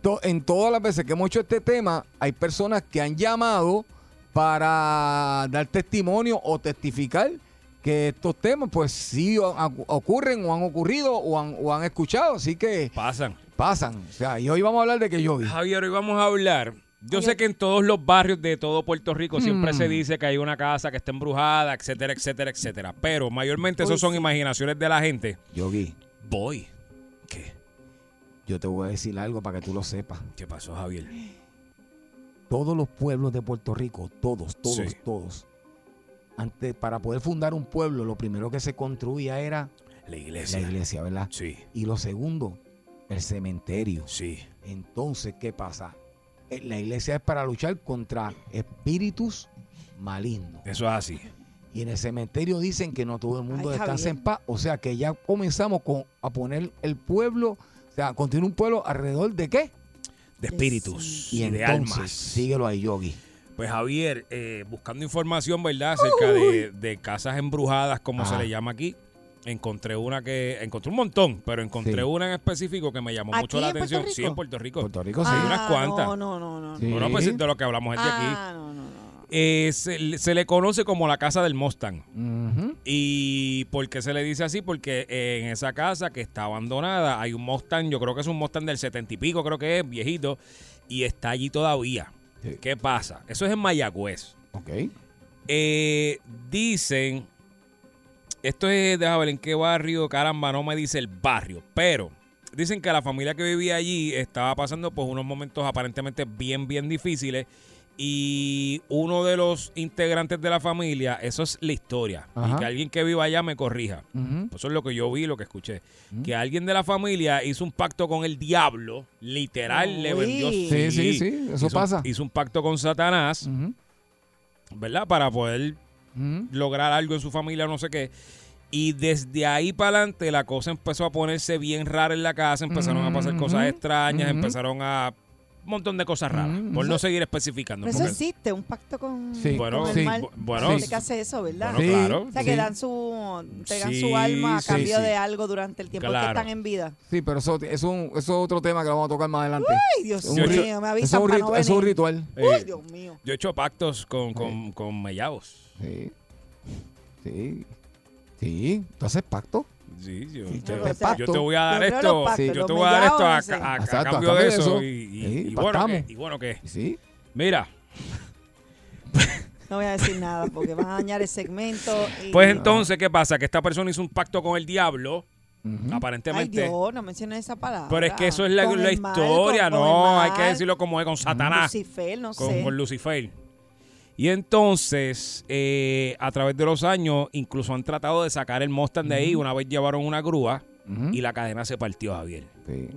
To- en todas las veces que hemos hecho este tema, hay personas que han llamado para dar testimonio o testificar que estos temas, pues sí o- a- ocurren o han ocurrido o han, o han escuchado, así que
Pasan.
pasan. O sea, y hoy vamos a hablar de que yo vi.
Javier, hoy vamos a hablar. Yo sé que en todos los barrios de todo Puerto Rico siempre se dice que hay una casa que está embrujada, etcétera, etcétera, etcétera. Pero mayormente eso son imaginaciones de la gente.
Yo vi.
Voy. ¿Qué?
Yo te voy a decir algo para que tú lo sepas.
¿Qué pasó, Javier?
todos los pueblos de Puerto Rico, todos, todos,
Sí.
todos. Antes, para poder fundar un pueblo, lo primero que se construía era
La
la
iglesia.
iglesia, ¿verdad?
Sí,
Y lo segundo, el cementerio.
sí.
Entonces, ¿qué pasa? Eh, La iglesia es para luchar contra espíritus malignos.
Eso es así.
Y en el cementerio dicen que no todo el mundo
Ay,
descansa
Javier.
en paz. O sea que ya comenzamos con, a poner el pueblo, o sea, construir un pueblo alrededor de qué?
De espíritus y, de
entonces,
almas.
síguelo ahí, Yogi.
Pues Javier, eh, buscando información, ¿verdad? Acerca de, de casas embrujadas, como
Ajá.
se le llama aquí. Encontré una que, encontré un montón, pero encontré
Sí.
una en específico que me llamó
¿Aquí
mucho la
en Puerto
atención. Sí,
Rico?
en Puerto Rico.
Puerto Rico, sí.
Ah, unas cuantas.
No, no, no, no. no.
Sí.
Bueno, pues de lo que hablamos es de aquí.
Ah, no, no, no.
Eh, se, le- se le conoce como la casa del Mustang.
Ujú.
¿Y por qué se le dice así? Porque eh, en esa casa que está abandonada hay un Mustang, yo creo que es un Mustang del setenta y pico, creo que es viejito, y está allí todavía.
Sí.
¿Qué pasa? Eso es en Mayagüez.
Ok.
Eh, dicen, esto es, déjame ver en qué barrio, caramba, no me dice el barrio, pero dicen que la familia que vivía allí estaba pasando por unos momentos aparentemente bien, bien difíciles y uno de los integrantes de la familia, eso es la historia,
Ajá.
y que alguien que viva allá me corrija.
Ujú.
Eso es lo que yo vi, lo que escuché. Que alguien de la familia hizo un pacto con el diablo, literal, le
Uy.
vendió.
Sí,
sí, sí, eso
Hizo un-
pasa.
Hizo un pacto con Satanás,
Ujú,
¿verdad? Para poder
ujú.
lograr algo en su familia, no sé qué. Y desde ahí para adelante la cosa empezó a ponerse bien rara en la casa, empezaron a pasar cosas extrañas,
ujú.
empezaron a un montón de cosas raras,
Ujú.
por no seguir especificando.
Pero eso
porque-
existe, un pacto con,
Sí.
Bueno,
con el
sí,
mal.
bu- bueno,
Gente que hace eso, ¿verdad?
bueno,
Sí.
claro.
O sea, que
Sí.
dan su, entregan
Sí,
su alma a
sí,
cambio
sí.
de algo durante el tiempo
Claro.
que están en vida.
Sí, pero eso, eso es un- eso es otro tema que lo vamos a tocar más adelante.
Ay, Dios
Un
mío,
ri-
me
eso
avisan
es un
para
rit-
no
eso es un
venir.
ritual.
Uy, Dios mío.
Yo he hecho pactos con, con, con mellabos.
Sí. Sí. Sí. ¿Tú haces pacto?
Sí, yo,
te-
yo-
te
yo
pacto.
te voy a dar
Yo creo los
esto,
pactos,
yo
los
te voy a dar esto a,
mellabos, no sé.
a- a- a
Exacto,
cambio de eso. Y, y-
Sí, pues
y bueno, que,
pactamos.
y bueno que-
Sí.
Mira,
No voy a decir nada porque van a dañar el segmento. y-
pues entonces, ¿qué pasa? Que esta persona hizo un pacto con el diablo,
Ujú.
Ay,
aparentemente.
Dios, no menciones esa palabra.
Pero es que eso es la,
Con
la
el mal,
historia,
con- con
no,
el
hay que
mal,
decirlo como es con
con
Satanás,
Lucifer, no
con,
sé.
con Lucifer. Y entonces, eh, a través de los años, incluso han tratado de sacar el Mustang de ahí. Una vez llevaron una grúa
Ujú.
y la cadena se partió, Javier.
Sí.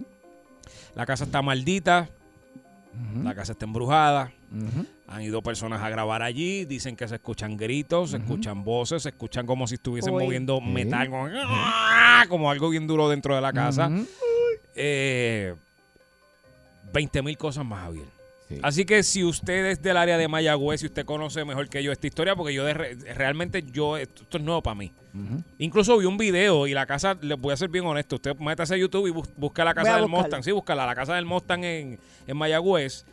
La casa está maldita, la casa está embrujada.
Ujú.
Han ido personas a grabar allí, dicen que se escuchan gritos, se escuchan voces, se escuchan como si estuviesen
Uy.
moviendo
Sí.
metal, como, ¡ah! como algo bien duro dentro de la casa.
Ujú.
Eh, 20 mil cosas más, Javier.
Sí.
Así que si usted es del área de Mayagüez, si usted conoce mejor que yo esta historia, porque yo de re- realmente yo esto, esto es nuevo para mí.
Ujú.
Incluso vi un video y la casa, les voy a ser bien honesto, usted métase a YouTube y bus- busca la
Voy
casa
a
del
buscarla.
Mustang, sí, búscala, la casa del Mustang en, en Mayagüez.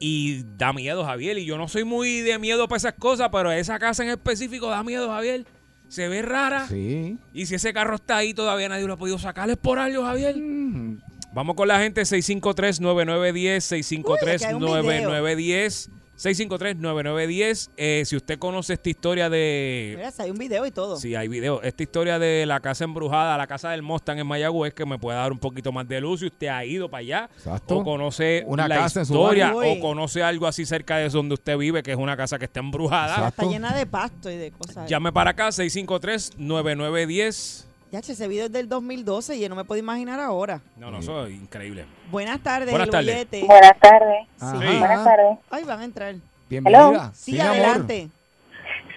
Y da miedo, Javier. Y yo no soy muy de miedo para esas cosas, pero esa casa en específico da miedo, Javier. Se ve rara.
Sí.
Y si ese carro está ahí, todavía nadie lo ha podido sacar. Es por algo, Javier. Mm.
Ujú.
Vamos con la gente 653-9910,
Uy, acá hay un video.
653-9910. 653-9910. Eh, si usted conoce esta historia de...
Mira, si hay un video y todo.
Sí, hay video. Esta historia de la casa embrujada, la casa del Mustang en Mayagüez, que me puede dar un poquito más de luz si usted ha ido para allá.
Exacto.
O conoce
Una
la
casa en su
historia,
barrio.
o conoce algo así cerca de donde usted vive, que es una casa que está embrujada.
Exacto.
Está llena de pasto y de cosas.
Llame para acá, 653-9910.
Ya, che, ese video es del 2012 y yo no me puedo imaginar ahora.
No, no, eso es increíble.
Buenas tardes,
Buenas
el
tardes.
bollete.
Buenas tardes.
Ajá.
Sí.
Buenas tardes.
Ay, van a entrar.
Bienvenida.
Sí,
Ah, amor.
adelante.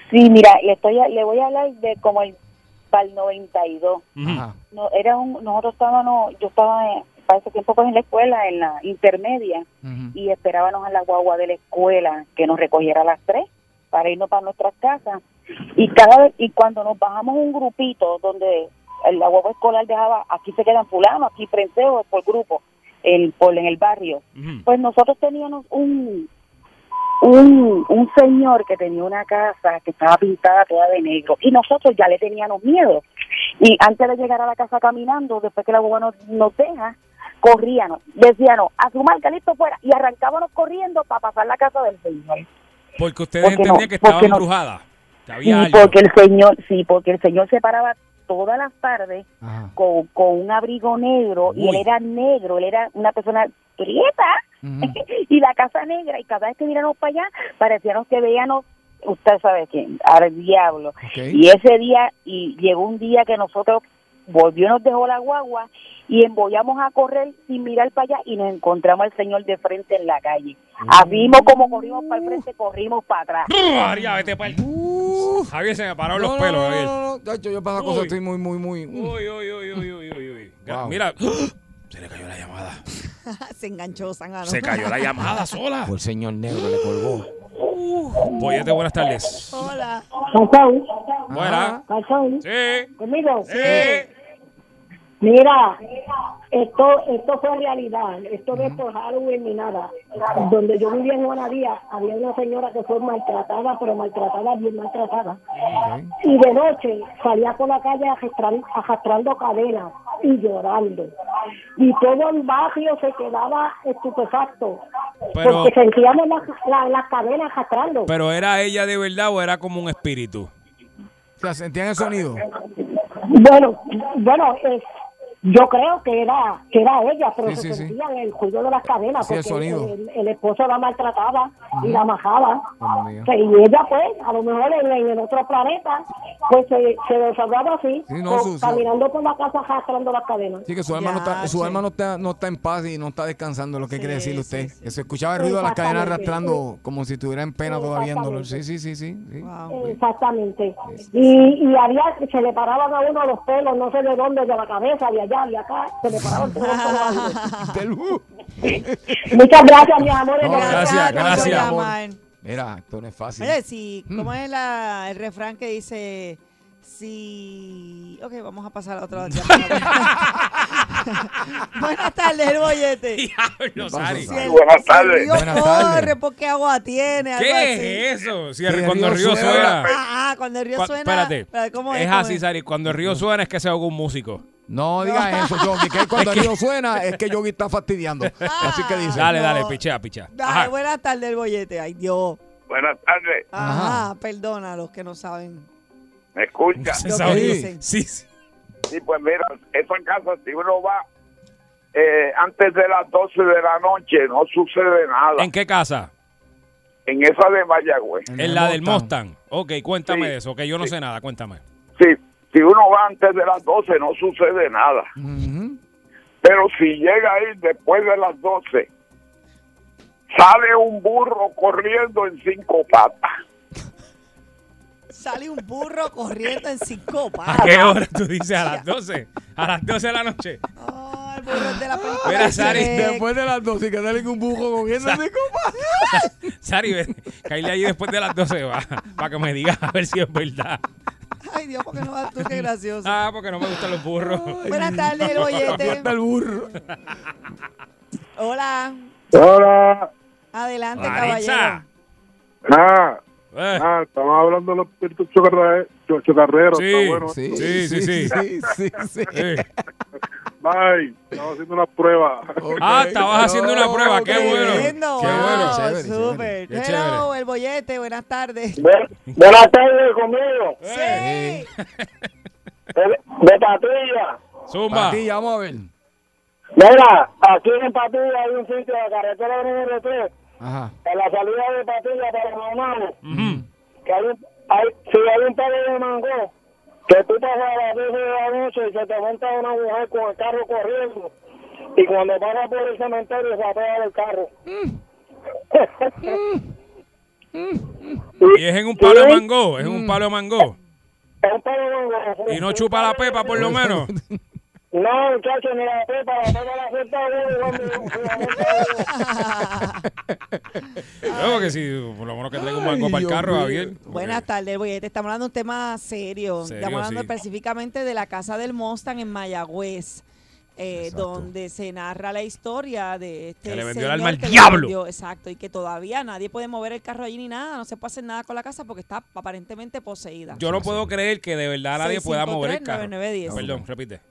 Sí, mira, le estoy a- le voy a hablar de como el para el 92.
Ujú.
Ajá.
No, era un, nosotros estábamos, yo estaba eh, para ese tiempo pues en la escuela, en la intermedia,
Ujú.
y esperábamos a la guagua de la escuela que nos recogiera a las tres para irnos para nuestras casas. Y cada vez, y cuando nos bajamos un grupito donde el- la guagua escolar dejaba, aquí se quedan fulano, aquí prenseo, por grupo, el, por, en el barrio.
Ujú.
Pues nosotros teníamos un, un, un señor que tenía una casa que estaba pintada toda de negro y nosotros ya le teníamos miedo. Y antes de llegar a la casa caminando, después que la boba nos, nos deja, corríamos, decíamos, a su marca, listo, fuera, y arrancábamos corriendo para pasar la casa del señor.
Porque ustedes
Porque no,
entendían que estaba
porque no.
embrujada. Que
Sí,
había algo.
porque el señor, sí, porque el señor se paraba todas las tardes
Ajá.
con, con un abrigo negro y él
Uy.
era negro, él era una persona prieta.
Ujú.
y la casa negra y cada vez que miramos para allá parecíamos que veíamos usted sabe quién al diablo
Ok.
y ese día y llegó un día que nosotros volvió nos dejó la guagua y embollamos a correr sin mirar para allá y nos encontramos al señor de frente en la calle abrimos como corrimos para el frente corrimos para atrás
María, vete pa'l-
Uf.
Javier se me pararon
No,
los
no,
pelos,
no,
Javier.
no, no. De hecho, yo para esa cosa
Uy.
estoy muy, muy, muy. mm.
Uy, uy, uy, uy, uy, uy, uy.
Wow.
Mira, se le cayó la llamada.
Ah, Se enganchó, Sangano.
Se cayó la llamada sola.
Por el señor negro le colgó.
Boyete, buenas tardes.
Hola.
Buenas. Sí.
Conmigo.
Sí.
Mira, esto, esto fue realidad. Esto no es por Halloween ni nada. Donde yo vivía en Juanadía, había una señora que fue maltratada, pero maltratada, bien maltratada.
Ajá. Ok.
Y de noche salía por la calle arrastran- arrastrando cadenas y llorando. Y todo el barrio se quedaba estupefacto.
Pero-
Porque sentíamos la- la- las cadenas arrastrando.
Pero era ella de verdad o era como un espíritu.
O sea, sentían el sonido.
Bueno, bueno, eh, yo creo que era que era ella, pero
Sí,
se
sí, sí.
sentían el cuello de las cadenas
Sí, el
porque
sonido.
el, el esposo la maltrataba y la majaba.
Dios mío.
Sí, y ella, pues, a lo mejor en, en el otro planeta, pues se, se desarrollaba así,
Sí, no,
con-
su- su-
caminando por la casa arrastrando las cadenas.
Sí, que su alma, no está, su
Ya,
alma no, está, no está en paz y no está descansando, lo que
Sí,
quiere decirle usted.
sí, sí.
Que se escuchaba el ruido de las cadenas
Exactamente.
arrastrando como si estuviera en pena todavía en dolor. Sí, sí, sí, sí. sí.
Wow.
Exactamente. Y, y había, se le paraban a uno los pelos, no sé de dónde, de la cabeza, de allá, de acá, se le paraban todos los pelos.
Del- uh.
Muchas gracias, mis amores.
No,
gracias.
gracias,
por
gracias.
llamar.
Mira, esto no es fácil.
Mira, si,
Mm.
¿cómo es la, el refrán que dice? Si. Ok, vamos a pasar a otra llamada. Buenas tardes, el bollete.
Diablo, Sari.
Sí,
Si el-
Buenas
si el
tardes.
río
Buenas
corre,
tardes.
porque agua tiene. Algo así.
¿Qué es eso? Si el-
Sí, el
cuando el
río
río
suena.
suena.
Ah, ah, cuando el río
Cua-
suena.
Espérate.
¿cómo
Es
¿Cómo
así, Sari. Cuando el río suena es que se ahoga un músico.
No digas eso, Yogi, que cuando el río suena es que Yogi está fastidiando.
Ah.
Así que dice.
Dale,
no.
dale, pichea, pichea.
Dale,
Ajá.
buenas tardes, el bollete. Ay, Dios.
Buenas tardes,
Ajá,
Ajá.
perdona a los que no saben.
¿me escucha?
Se
Lo que
sabe.
dicen.
Sí, sí.
Sí, pues mira, esa casa, si uno va eh, antes de las 12 de la noche, no sucede nada.
¿En
En,
qué casa?
esa de Mayagüez.
En la del Mustang. Ok, cuéntame
Sí,
de eso, que yo no
sí.
sé nada, cuéntame.
Sí, si uno va antes de las 12, no sucede nada.
Ujú.
Pero si llega ahí después de las 12, sale un burro corriendo en cinco patas.
Sale un burro corriendo en cinco
¿A
patas.
qué hora tú dices? ¿A las 12? ¿A las 12 de la noche?
Ay, el burro es de la película.
Mira,
de
Sari,
Shrek.
Después de las dos, y que sale un bujo cogiendo
Sa-
así como.
Sari, ven, caíle ahí después de las 12 va, para que me digas a ver si es verdad.
Ay, Dios, porque no vas tú, qué gracioso.
Ah, porque no me gustan los burros.
Buenas tardes, el bollete.
Hasta el burro.
Hola.
Ahora,
Adelante,
Maritza.
caballero.
ah,
Eh,
estamos hablando de los espíritus chocarreros.
Sí, sí, sí, sí.
sí, sí, sí.
Eh,
Mike, estaba haciendo una prueba.
Ah, estabas haciendo una prueba, qué bueno.
Lindo,
Qué bueno,
wow,
chévere,
súper.
chévere. Qué
Hello, el bollete, buenas tardes.
Buenas tardes, conmigo.
Sí.
De Patilla.
Zumba.
Patilla, vamos a ver.
Mira, aquí en Patilla hay un sitio de carretera número 3,
Ajá.
en la salida de Patilla para Maunao, que hay, un- hay, si hay un palo de mango, que tú pasas a las 10 de la noche y se te monta una mujer con el carro corriendo, y cuando pasas por el cementerio se apega el carro.
Y es en un palo de mango, es en un palo de mango.
Es un palo de mango.
Y no chupa la pepa por lo menos.
No, muchachos, ni la pepa, la pepa la suelta de
Yo, porque si por lo menos que traiga un mango
Ay,
para el
Dios
carro,
mío.
Javier.
Buenas tardes, el bollete. Estamos hablando de un tema serio.
Serio,
Estamos hablando
sí.
específicamente de la casa del Mustang en Mayagüez. eh, donde se narra la historia de este
Que le
señor
vendió el alma al
que le
diablo.
vendió, exacto y que todavía nadie puede mover el carro allí ni nada no se puede hacer nada con la casa porque está aparentemente poseída
Yo no puedo creer que de verdad nadie pueda mover el carro.
653-9910.
Perdón, repite.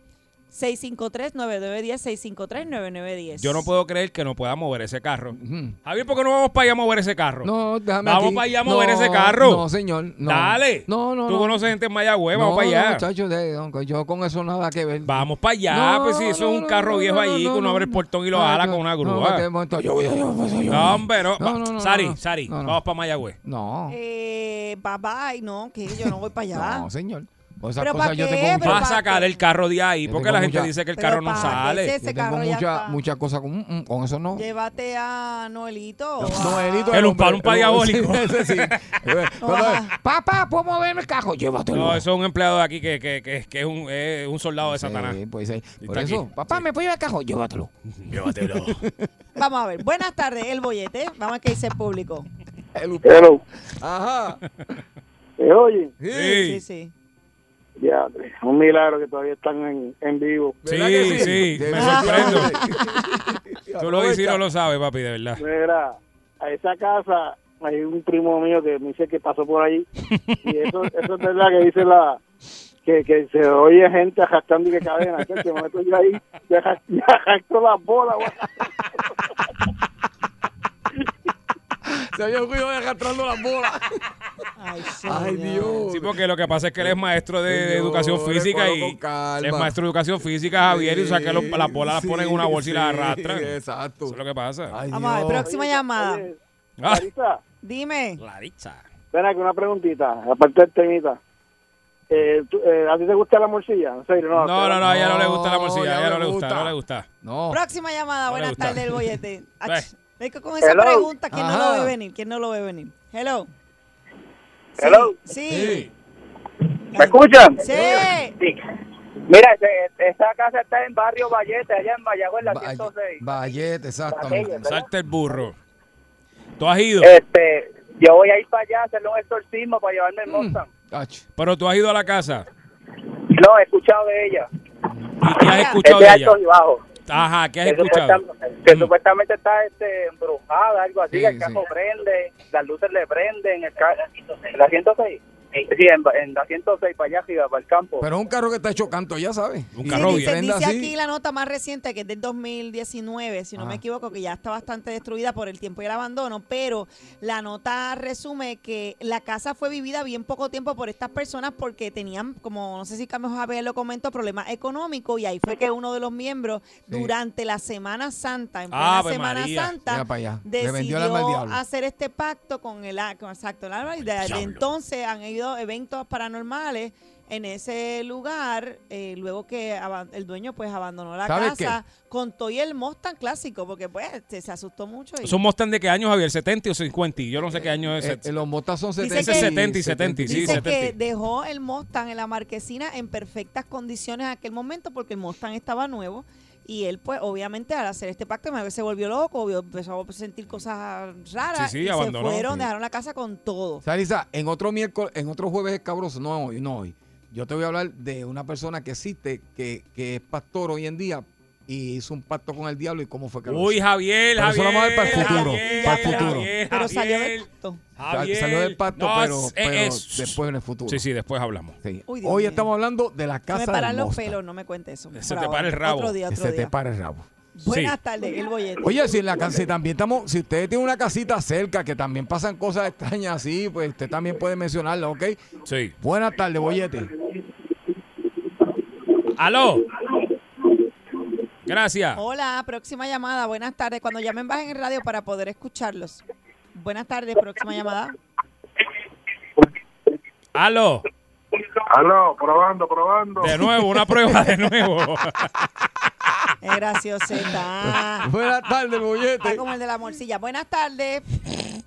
653 9910 653 9910
Yo no puedo creer que no pueda mover ese carro. Javier, ¿por qué no vamos para allá a mover ese carro?
No, déjame
Mm. Vamos
aquí.
para allá a
No,
mover ese carro.
no, señor, no.
Dale.
No, no,
Tú
no.
conoces gente en Mayagüez, vamos
No,
para allá.
no, muchacho, de- no, yo con eso nada que ver.
Vamos para allá, pues si eso es un carro viejo allí, que uno abre el portón y lo jala con una grúa. Ah.
porque, bueno, yo- yo- yo- yo- yo-
No, hombre, no.
No, no, no, no,
Sari,
no.
Sari,
No, no.
vamos para Mayagüez.
No,
Eh, bye bye no que yo no voy para allá
no, señor. Por esas
¿Pero pa'
cosas yo
qué?
tengo mucha-
Pero
Va a
pa'
sacar el carro de ahí, porque
tengo
la gente
mucha-
dice que el
Pero
carro no
pa' qué
sale.
se-
yo
ese
tengo
carro ya
mucha-
está.
muchas cosas con, mm, mm, con eso no.
llévate a Noelito Ah. o a-
Noelito
El
hombre,
umpalumpa
el-
diabólico.
sí, ese sí. Cuando- Papá, ¿puedo mover el carro? Llévatelo.
No, eso es un empleado de aquí que, que, que, que es, un, es un soldado de Satanás.
Sí, pues, sí. Por
está
eso,
aquí.
papá, ¿me puedo llevar el carro? Llévatelo.
Llévatelo.
Vamos a ver. Buenas tardes, el bollete. Vamos a ver qué dice el público.
Pero,
Ajá.
¿me Eh, oye?
Sí.
sí. sí.
Ya, un milagro que todavía están en, en vivo.
Sí,
¿Verdad que
sí, me sorprendo. Tú lo dices y no
Aprovecha.
lo sabes, papi, de verdad.
Mira, a esa casa hay un primo mío que me dice que pasó por ahí. Y eso, eso es verdad que dice la. Que, que se oye gente arrastrando y que cadena. Que me meto yo ahí y arras- y arrastro las bolas. guau.
Se había un cuidado arrastrando las bolas.
Ay,
Ay, Dios.
Sí, porque lo que pasa es que él es maestro de, de
Señores,
educación física
cójalo
y
con calma.
es maestro de educación física, Javier, y o sea que lo- las bolas
Sí,
las ponen en una bolsa y las
sí,
arrastran. Eso
Exacto.
es lo que pasa.
Ay,
Vamos a ver,
Dios.
próxima llamada.
Oye,
Ah,
Clarisa,
Dime.
Claricha.
ven aquí una preguntita, aparte del temita. Eh, tú- eh, ¿A ti te gusta la morcilla? En serio, no.
No, no, no, a ella no le gusta la
No,
morcilla,
ya
a ella no
me
le gusta,
gusta.
no le gusta.
No.
Próxima llamada.
No le
Buenas
gusta.
tardes, el bollete. Ach,
Ve.
es que con esa
Hello.
pregunta, ¿quién no
Ajá.
lo ve venir? ¿Quién no lo ve venir? Hello. Sí,
Hello.
Sí.
¿Me escuchan?
Sí.
Mira, este, esta casa está en Barrio Vallete, allá en Mayagüez, la
Valle- Vallete, exactamente.
Salte el burro. Tú has ido,
Este, yo voy a ir para allá a hacerle un exorcismo para llevarme el Mustang.
Mm. Ach,
pero tú has ido a la casa.
No, he escuchado de ella.
¿Y qué has
Mira,
escuchado
es de
de ella?
altos y bajos.
Ajá, ¿qué has
Que,
escuchado?
supuestam- que
Mm.
supuestamente está este, embrujada, algo así.
Sí,
el carro
sí.
prende, las luces le prenden. El, ca- ¿En la 106? Sí, en, en la 106 para allá arriba, para el campo.
Pero es un carro que está hecho canto, ya sabes.
Un
Y-
carro
y
bien.
Dice,
prenda
dice
así.
aquí la nota más reciente que es del 2019, si no
Ajá.
me equivoco, que ya está bastante destruida por el tiempo y el abandono, pero la nota resume que la casa fue vivida bien poco tiempo por estas personas porque tenían, como no sé si Carmen Javier lo comentó, problemas económicos y ahí fue que uno de los miembros durante la Semana Santa, en plena
Ah, Ave
Semana
María.
Santa,
Mira para allá. Le vendió el alma al
decidió
diablo.
hacer este pacto con el, a- con, exacto, el alma y de- de entonces han ido eventos paranormales en ese lugar, eh, luego que aban- el dueño pues abandonó la
¿Sabes
casa, contó y el Mustang clásico, porque pues se, se asustó mucho. Y,
¿Es un Mustang de qué año, Javier? ¿70 o 50? Yo no sé qué año es.
Eh, eh, los motas son
Dice
70.
que-
70 y 70, sí,
dice
70.
que dejó el Mustang en la marquesina en perfectas condiciones en aquel momento porque el Mustang estaba nuevo y él pues obviamente al hacer este pacto me- se volvió loco, obvio, empezó a sentir cosas raras
Sí, sí,
y
abandonó,
se fueron,
sí.
dejaron la casa con todo.
Sarisa, en otro miércoles, en otro jueves es cabroso, no hoy, no hoy. Yo te voy a hablar de una persona que existe, que, que es pastor hoy en día, y hizo un pacto con el diablo y cómo fue que lo
Uy,
hizo.
Javier,
Pero eso lo
Javier.
vamos a ver para el futuro.
Javier,
para el futuro.
Javier,
Pero salió
Javier.
del pacto.
Javier.
Salió del pacto,
No,
pero,
es-
pero
es-
después en el futuro.
Sí, sí, después hablamos.
Uy, Dios
Hoy
mío.
estamos hablando de la
Se me
casa
paran
del
los
Mosta.
pelos, no me cuente eso.
Se
por
te
favor.
para el rabo.
Otro día, otro
Se te
día.
para el rabo.
Buenas tardes, el bollete.
Oye, si en la casa también estamos, si ustedes tienen una casita cerca que también pasan cosas extrañas así, pues usted también puede mencionarla, ¿ok?
Sí.
Buenas tardes, bollete.
Aló. Gracias.
Hola, próxima llamada. Buenas tardes. Cuando llamen, bajen el radio para poder escucharlos. Buenas tardes, próxima llamada.
Aló.
Aló, probando, probando.
De nuevo, una prueba de nuevo.
Es gracioseta.
Buenas tardes, bollete.
Está como el de la morcilla. Buenas tardes.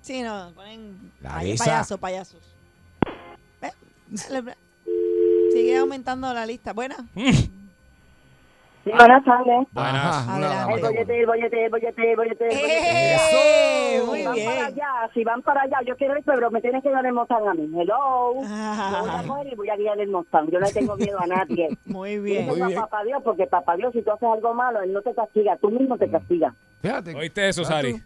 Sí, no, ponen
La
pay-
de esa.
payaso, payasos. ¿Ve? Sigue aumentando la lista. Buena.
Buenas tardes.
Ajá, una dama.
El bollete, el bollete, el bollete, el bollete. el bollete.
¡Eh!
Si
Muy
van
bien.
para allá, si van para allá, yo quiero ir, pero me tienes que dar el Mustang a mí. Hello.
Ah.
Yo voy a coger y voy a guiar el Mustang. Yo no le tengo miedo a nadie.
Muy
Yo
bien.
tengo a papá Dios, porque papá Dios, si tú haces algo malo, él no te castiga, tú mismo
Mm.
te castigas.
Fíjate.
¿Oíste eso, Sari?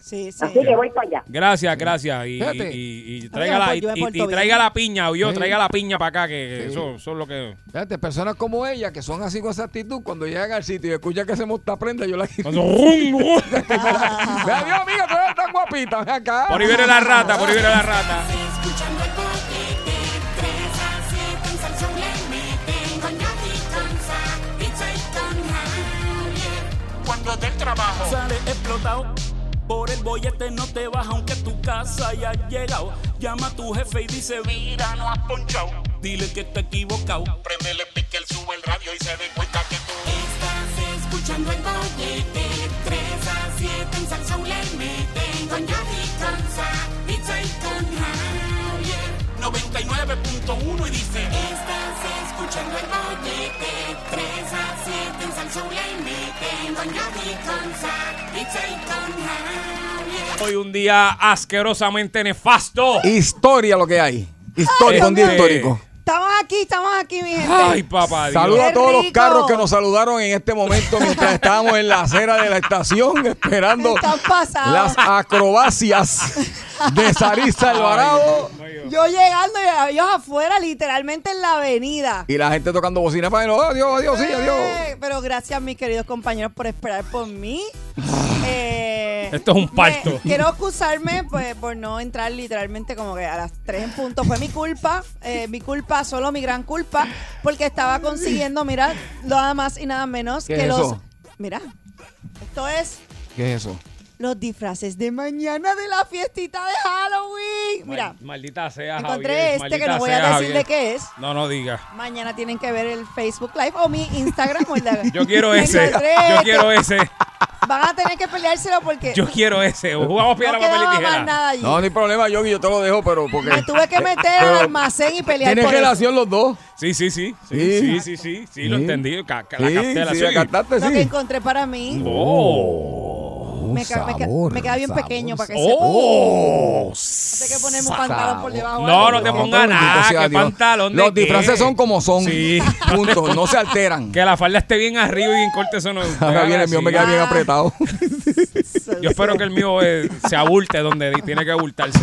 Sí, sí.
Así que voy para allá.
Gracias, gracias. Y,
Fíjate.
y- y
Yo
traiga,
pues,
me
la,
por- yo me
y- y-
porto
y
bien.
traiga la piña, o yo
Sí.
traiga la piña para acá, que
Sí.
eso, eso es lo que.
Fíjate, personas como ella que son así con esa actitud, cuando llegan al sitio y escuchan que se monta prenda, yo la quito.
¡Rum, rum!
Vea, Dios mío, tú eres tan guapita, ven acá.
Por ahí viene la rata, por ahí viene la rata.
Escuchando el bollete, 3 a 7 en Salsón le meten con Yogi, con Sa, pizza y con Javier.
Cuando del trabajo sale explotado. Por el bollete no te baja aunque tu casa haya llegado. Llama a tu jefe y dice, mira, no has ponchado. Dile que está equivocado. Prendele pique, él sube el radio y se dé cuenta que tú...
Estás escuchando el bollete, 3 a 7 en Salsón le meten con Yogi, con Sa, pizza y con Javier.
99.1 y dice...
Estás escuchando el bollete, 3 a 7 en Salsón le meten con Yogi, con Sa, pizza y con Javier.
Hoy un día asquerosamente nefasto.
Historia lo que hay. Historia, con día
Este,
histórico.
Estamos aquí, estamos aquí, mi gente.
Ay, papá. Dios.
Saludos a todos los
rico.
carros que nos saludaron en este momento mientras estábamos en la acera de la estación esperando
Están pasados.
las acrobacias de Sarisa Alvarado
Yo llegando y ellos afuera, literalmente en la avenida.
y la gente tocando bocina para decir, adiós, adiós, sí, adiós.
Eh, pero gracias, mis queridos compañeros, por esperar por mí. Eh,
Esto es un parto.
me- quiero excusarme pues, por no entrar literalmente como que a las 3 en punto. Fue mi culpa, eh, mi culpa, solo mi gran culpa, porque estaba consiguiendo, mira, nada más y nada menos
¿Qué
que
es
los...
eso?
Mira, esto es
¿Qué es eso?
los disfraces de mañana de la fiestita de Halloween. Mira,
Mal- maldita sea,
encontré
Javier,
este
maldita
que no voy a
sea,
decir de
Javier.
qué es.
No, no diga.
Mañana tienen que ver el Facebook Live o mi Instagram. o el de-
Yo quiero ese.
Encontré
Yo
este.
quiero ese.
Van a tener que peleárselo porque
Yo quiero ese. O Jugamos piedra,
no
papel
quedaba
y
más
tijera.
nada allí.
No, no hay problema, Yogi, yo te lo dejo, pero porque...
Me tuve que meter
Pero
al almacén y pelear
Tienen
por eso.
relación los dos.
Sí, sí, sí.
Sí.
Sí, sí, sí, sí, sí, lo
Sí.
entendí. Ca- ca- La
Sí,
capté, la
sí,
soy.
la captaste,
Lo que
sí. Oh,
encontré para mí.
Oh,
me, ca- me ca- me queda bien pequeño para que sepa.
¡Oh!
Tengo que ponerme un pantalón por debajo.
No, no te
Bendito
pongas nada.
sea
¿Qué
Dios.
pantalón de
Los disfraces
qué?
son como son.
Sí.
Punto, no se alteran.
Que la falda esté bien arriba y bien corta, eso no.
Ahora viene el mío, me queda bien
Ah.
apretado.
Yo espero que el mío eh, se abulte donde tiene que abultarse.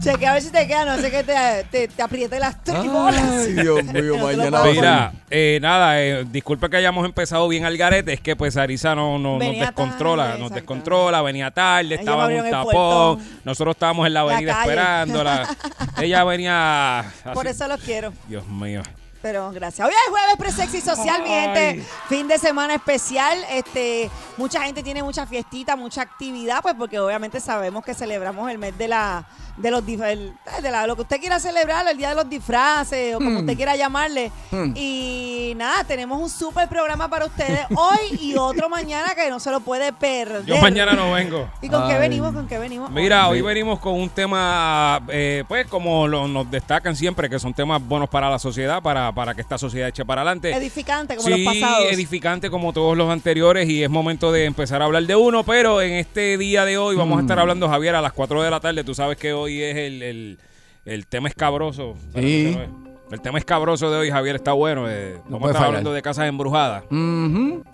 Cheque a ver si te queda, no sé que te, te, te apriete las tribolas.
Ay, Dios mío, mañana va a
Mira, eh, nada, eh, disculpe que hayamos empezado bien al garete, es que pues Arisa no, no- nos
Venía
descontrola,
tarde,
nos
exacto.
descontrola, venía tarde,
Ella
estaba en
abrió en
un
el
tapón,
puertón.
nosotros estábamos en la
La
avenida
calle.
esperándola, ella venía... así.
Por eso los quiero.
Dios mío.
Pero gracias. Hoy es jueves presexy social, mi gente. Fin de semana especial. Este, mucha gente tiene mucha fiestita, mucha actividad, pues porque obviamente sabemos que celebramos el mes de la de los dif- el- eh, de la- lo que usted quiera celebrar, el día de los disfraces o como usted quiera llamarle.
Hmm.
Y nada, tenemos un súper programa para ustedes hoy y otro mañana que no se lo puede perder.
Yo mañana no vengo.
¿Y con qué
Ay.
venimos? ¿Con qué venimos?
Mira, hoy venimos con un tema, eh, pues como lo- nos destacan siempre, que son temas buenos para la sociedad, para, para que esta sociedad eche para adelante.
Edificante como
sí,
los pasados.
edificante como todos los anteriores y es momento de empezar a hablar de uno, pero en este día de hoy vamos a
Mm.
estar hablando, Javier, a las 4 de la tarde. Tú sabes que hoy es el, el- el tema escabroso.
Sí.
Bueno, El tema escabroso de hoy, Javier, está bueno. eh, vamos a
puede
estar
fallar.
hablando de casas embrujadas
Ujú,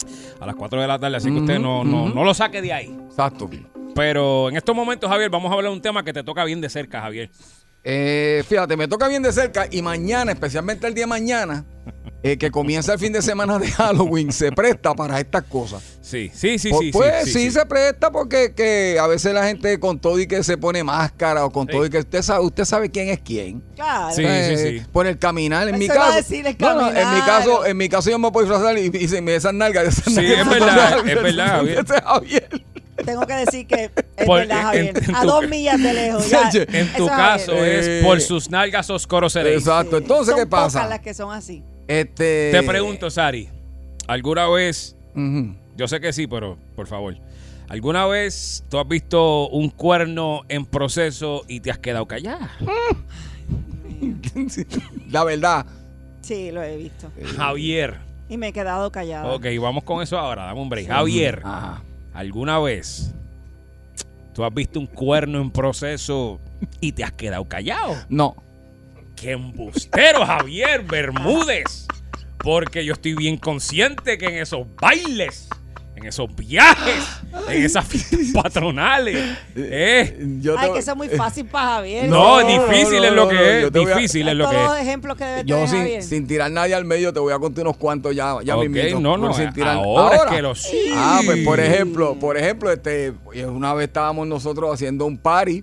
a las 4 de la tarde, así que usted no, no,
ujú.
no lo saque de ahí.
Exacto.
Pero en estos momentos, Javier, vamos a hablar de un tema que te toca bien de cerca, Javier.
Eh, fíjate, me toca bien de cerca y mañana, especialmente el día de mañana, eh, que comienza el fin de semana de Halloween, se presta para estas cosas.
Sí, sí, sí,
Pues-
sí.
pues
sí,
sí,
sí.
se presta porque que a veces la gente con todo y que se pone máscara o con todo y que usted sabe, usted sabe quién es quién.
Claro.
Eh, Por el caminar, en mi
Eso iba a
caso.
decir, el
no, no, en mi
caminar.
caso, en mi caso yo me puedo disfrazar y, y se me esas nalgas. esas
Sí,
nalgas,
es
esas
verdad,
nalgas,
es verdad,
esas nalgas,
Javier.
Javier.
Tengo que decir que es
Por-
verdad, Javier.
en- en
a
tu-
dos millas de lejos. ya.
En tu
Eso, Javier.
caso eh. es
Eh,
por sus nalgas oscuros seréis.
Exacto. Entonces,
Son
¿qué
pocas
pasa?
las que son así.
Este.
Te pregunto, Sari, ¿alguna vez,
Ujú.
yo sé que sí, pero por favor, ¿alguna vez tú has visto un cuerno en proceso y te has quedado callada?
La verdad.
Sí, lo he visto.
Eh.
Javier.
Y me he quedado callado.
Ok, vamos con eso ahora, dame un break. Javier,
Ah.
¿alguna vez tú has visto un cuerno en proceso y te has quedado callado?
No.
¡Qué embustero, Javier Bermúdez! Porque yo estoy bien consciente que en esos bailes, en esos viajes, en esas fiestas patronales, ¿eh?
Ay, que eso es muy fácil para Javier.
No, difícil es lo
no, no,
que
yo
es.
te voy a-
Difícil es lo
Todos
que es.
los ejemplos que debe
Yo
tener
sin,
Javier.
sin tirar nadie al medio te voy a contar unos cuantos ya, ya
Ok,
mismito,
no,
pero
no,
sin tirar-
ahora es que lo- sí.
Ah, pues por ejemplo, por ejemplo, este, una vez estábamos nosotros haciendo un party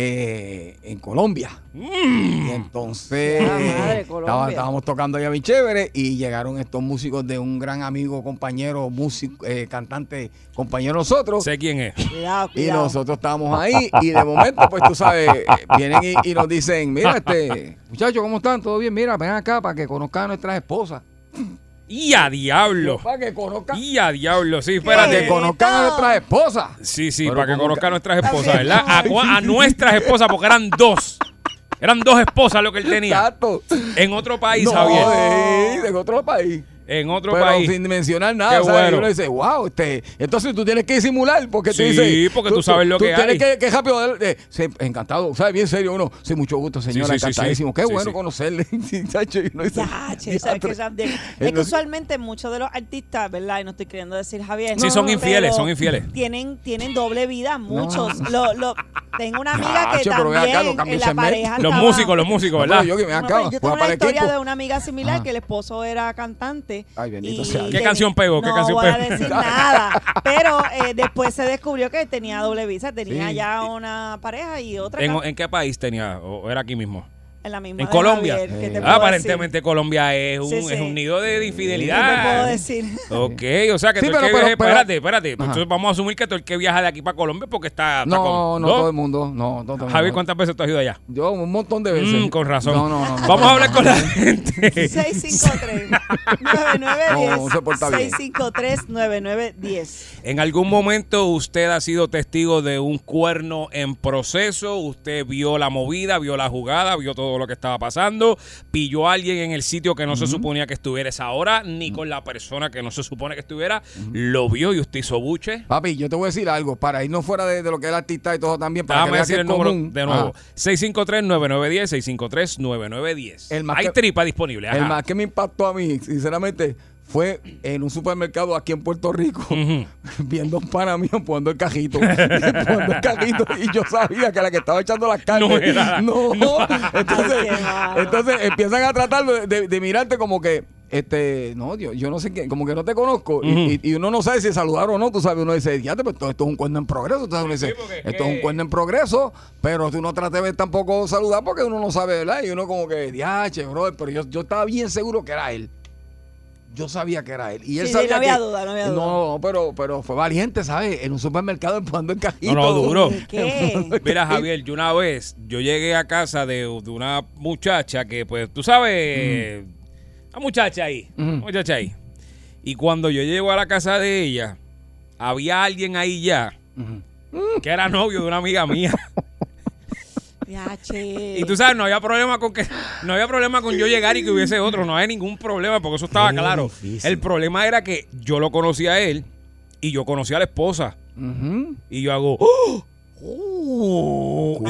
eh, en Colombia. Y entonces
Ya, madre,
estaba-
Colombia.
estábamos tocando ya bien chévere y llegaron estos músicos de un gran amigo, compañero, músico, eh, cantante, compañero de nosotros.
Sé quién es.
Cuidado,
Y
cuidado.
nosotros estábamos ahí y de momento, pues tú sabes, eh, vienen y, y nos dicen, mira, este, muchachos, ¿cómo están? ¿Todo bien? Mira, ven acá para que conozcan a nuestras esposas.
¡Y a diablo!
Para que conozcan,
¡Y a diablo! Sí,
para
espérate.
que conozcan a nuestras esposas.
Sí, sí,
Pero
para que
como
conozcan a
ca-
nuestras esposas, ¿verdad? A, cua- a nuestras esposas, porque eran dos. Eran dos esposas lo que él tenía.
Exacto.
En otro país,
No,
Javier.
eh, de otro país.
En otro
Pero
país.
sin mencionar nada,
Qué
¿sabes?
bueno.
Y uno dice, wow, este, entonces tú tienes que disimular porque
Sí,
tú dices.
porque tú sabes lo que hay.
Tú tienes que, que rápido. darle- eh, sí, encantado, ¿sabes? Bien serio, uno. Sí, mucho gusto, señora,
sí, sí, sí.
encantadísimo. Qué
Sí,
bueno
sí.
conocerle. Sí, chacho, y uno dice,
Ya, che, ¿sabes qué?
"Diatre".
Esa- de- es que
Entonces-
usualmente muchos de los artistas, ¿verdad? Y no estoy queriendo decir Javier.
Sí,
no,
son
no,
infieles,
pero
son infieles.
Tienen, tienen doble vida, muchos. Lo, lo- tengo una amiga
Ya,
que
che, pero ven acá,
también
no
en
cambies
la
el medio.
pareja
Los
estaba-
músicos, los músicos,
No, pero
¿verdad?
yo que me
No, pero
acabo.
yo tengo
Juega para
una
el
historia
equipo.
de una amiga similar
Ajá.
que el esposo era cantante.
Ay, bendito
y
sea Dios.
¿Qué
tenía-
canción pegó? ¿Qué
no
canción
voy a
pegó?
decir nada. Pero eh, después se descubrió que tenía doble visa. Tenía
Sí.
ya una pareja y otra
¿En,
ca-
en qué país tenía? ¿O era aquí mismo?
en la misma.
En
de
Colombia.
Eh.
Javier, ¿qué te
Ah,
puedo
aparentemente Ah. Colombia es un,
Sí, sí.
es un nido
decir? ¿Qué
de
te puedo
infidelidad.
decir?
Ok, o sea que
Sí,
tú
pero-
el que
pero-
viaje-
pero-
espérate, espérate. pues
Ajá.
entonces vamos a asumir que todo el que viaja de aquí para Colombia porque está, está
No,
con-
no todo el mundo. No, no todo el mundo.
Javier, ¿cuántas veces tú has ido allá?
Yo un montón de veces.
Mm, con razón.
No, no, no. no,
Vamos
no,
a hablar
no,
con la
no.
gente.
653 9910
No, se porta bien.
653 9910
En algún momento usted ha sido testigo de un cuerno en proceso, usted vio la movida, vio la jugada, vio todo lo que estaba pasando, pilló a alguien en el sitio que no se suponía que estuviera esa hora, ni con la persona que no se supone que estuviera, lo vio y usted hizo buche.
Papi, yo te voy a decir algo, para irnos fuera de, de lo que es el artista y todo también, para que
Déjame
veas que
decir
es
el número
común. Ah.
de nuevo.
Ajá.
653-9910, 653-9910.
El más
Hay
que-
tripa disponible.
Ah, El
ajá.
más que me impactó a mí, sinceramente, fue en un supermercado aquí en Puerto Rico, viendo un pana mío poniendo el cajito. poniendo el cajito. Y yo sabía que la que estaba echando las carnes.
No era.
No.
No.
Entonces,
Ay, qué malo.
entonces empiezan a tratarlo de, de- de mirarte como que. Este, no, yo, yo no sé quién, como que no te conozco. Y-
Ujú.
y, y uno no sabe si saludar o no. Tú sabes, uno dice, ya, pero esto, esto es un cuerno en progreso. Entonces uno dice,
porque es
esto es
que-
un cuerno en progreso, pero tú no trates de tampoco saludar porque uno no sabe, ¿verdad? Y uno como que, diache, brother, pero yo, yo estaba bien seguro que era él. Yo sabía que era él. Y él
Sí, sí,
sabía
no había
que-
duda, no había duda.
No, pero, pero fue valiente, ¿sabes? En un supermercado empujando el cajito.
No, no, duro.
¿Qué?
Mira, Javier, yo una vez, yo llegué a casa de, de una muchacha que, pues, tú sabes, una muchacha ahí, una muchacha ahí. Y cuando yo llego a la casa de ella, había alguien ahí ya que era novio de una amiga mía.
Ya, che.
Y tú sabes, no había problema con que no había problema con yo llegar y que hubiese otro, no había ningún problema porque eso estaba claro. El problema era que yo lo conocía a él y yo conocía a la esposa
Ujú.
y yo hago ¡Oh!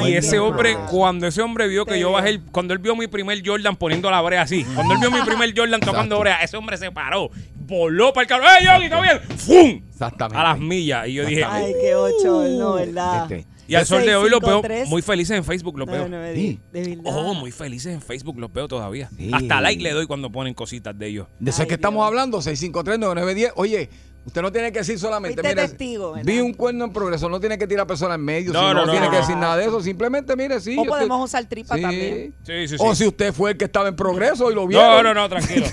Y ese hombre, cuando ese hombre vio que yo bajé, el- cuando él vio mi primer Jordan poniendo la brea así, cuando él vio mi primer Jordan tocando brea, ese hombre se paró, voló para el carro, ¡Ey, Yogi, está bien! ¡Fum!
Exactamente.
A las millas. Y yo dije,
Ay, qué ocho, no, ¿verdad?
Este.
y al sol de hoy los veo
653.
muy felices en Facebook, los veo.
No, no me di- de verdad.
Oh, muy felices en Facebook, los veo todavía. Hasta like le doy cuando ponen cositas de ellos.
De eso es que estamos hablando, 653-9910. Oye, usted no tiene que decir solamente.
Fuiste
mire,
testigo, ¿verdad?
vi un cuerno en progreso, no tiene que tirar personas en medio,
No,
sino, no,
no, no,
tiene
no,
que
no.
decir nada de eso. Simplemente, mire, sí.
o
yo
podemos
estoy-
usar tripa
Sí.
también.
Sí, sí,
O
sí.
si usted fue el que estaba en progreso y lo vio.
No, no, no, tranquilo.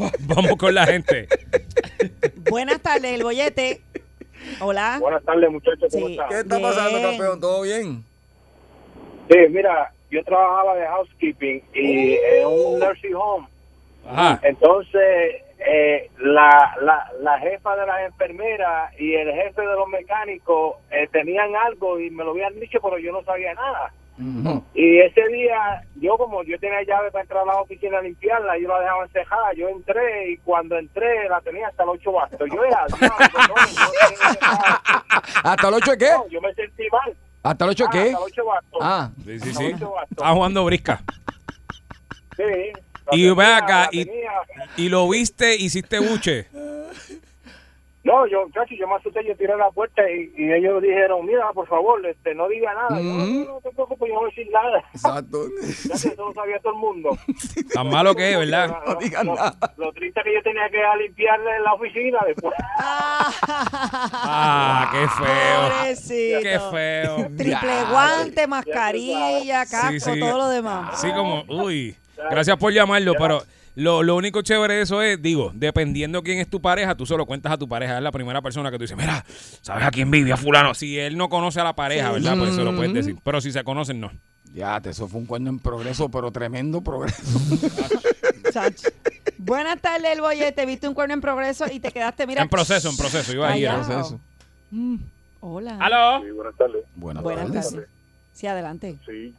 Va- Vamos con la gente.
Buenas tardes, el bollete. Hola.
Buenas tardes, muchachos.
¿Cómo están?
¿Qué está pasando, campeón? ¿Todo bien?
Sí, mira, yo trabajaba de housekeeping y en un nursing home. Entonces, eh, la, la, la jefa de las enfermeras y el jefe de los mecánicos eh, tenían algo y me lo habían dicho, pero yo no sabía nada. Y ese día, yo como yo tenía llave para entrar a la oficina a limpiarla, yo la dejaba encejada, yo entré y cuando entré la tenía hasta los ocho bastos. Yo era,
¿Hasta el 8 de qué?
no, yo me sentí mal.
¿Hasta el 8 de
Ah,
qué?
hasta los ocho bastos.
Ah.
Sí, sí, sí. Estaba jugando brisca.
Sí,
Y ven acá, y,
tenía.
y lo viste, hiciste buche.
No, yo, chacho, yo me asusté, yo tiré la puerta y, y ellos dijeron, mira, por favor, este, no diga nada. Yo,
Ujú.
no, no te preocupes, yo no voy a decir nada.
Exacto.
Ya que eso lo sabía todo el mundo.
Tan malo que es, ¿verdad?
No digan nada. Lo triste que yo tenía que ir a limpiarle en la oficina después.
Ah, qué feo.
Pobrecito.
Qué feo.
Triple guante, mascarilla, casco,
Sí, sí.
todo lo demás.
Así como, uy, gracias por llamarlo, pero lo, lo único chévere de eso es, digo, dependiendo quién es tu pareja, tú solo cuentas a tu pareja. Es la primera persona que tú dices, mira, ¿sabes a quién vive a fulano? Si él no conoce a la pareja,
Sí.
¿verdad? Pues se lo puedes
Mm.
decir. Pero si se conocen, no.
Ya, te- eso fue un cuerno en progreso, pero tremendo progreso.
Chacho. Buenas tardes, el bollete. Viste un cuerno en progreso y te quedaste, mira.
En proceso, en proceso. Iba a ir.
callado. Mm, Hola.
¿Aló?
buenas tardes.
Buenas,
tardes. Sí, adelante.
Sí,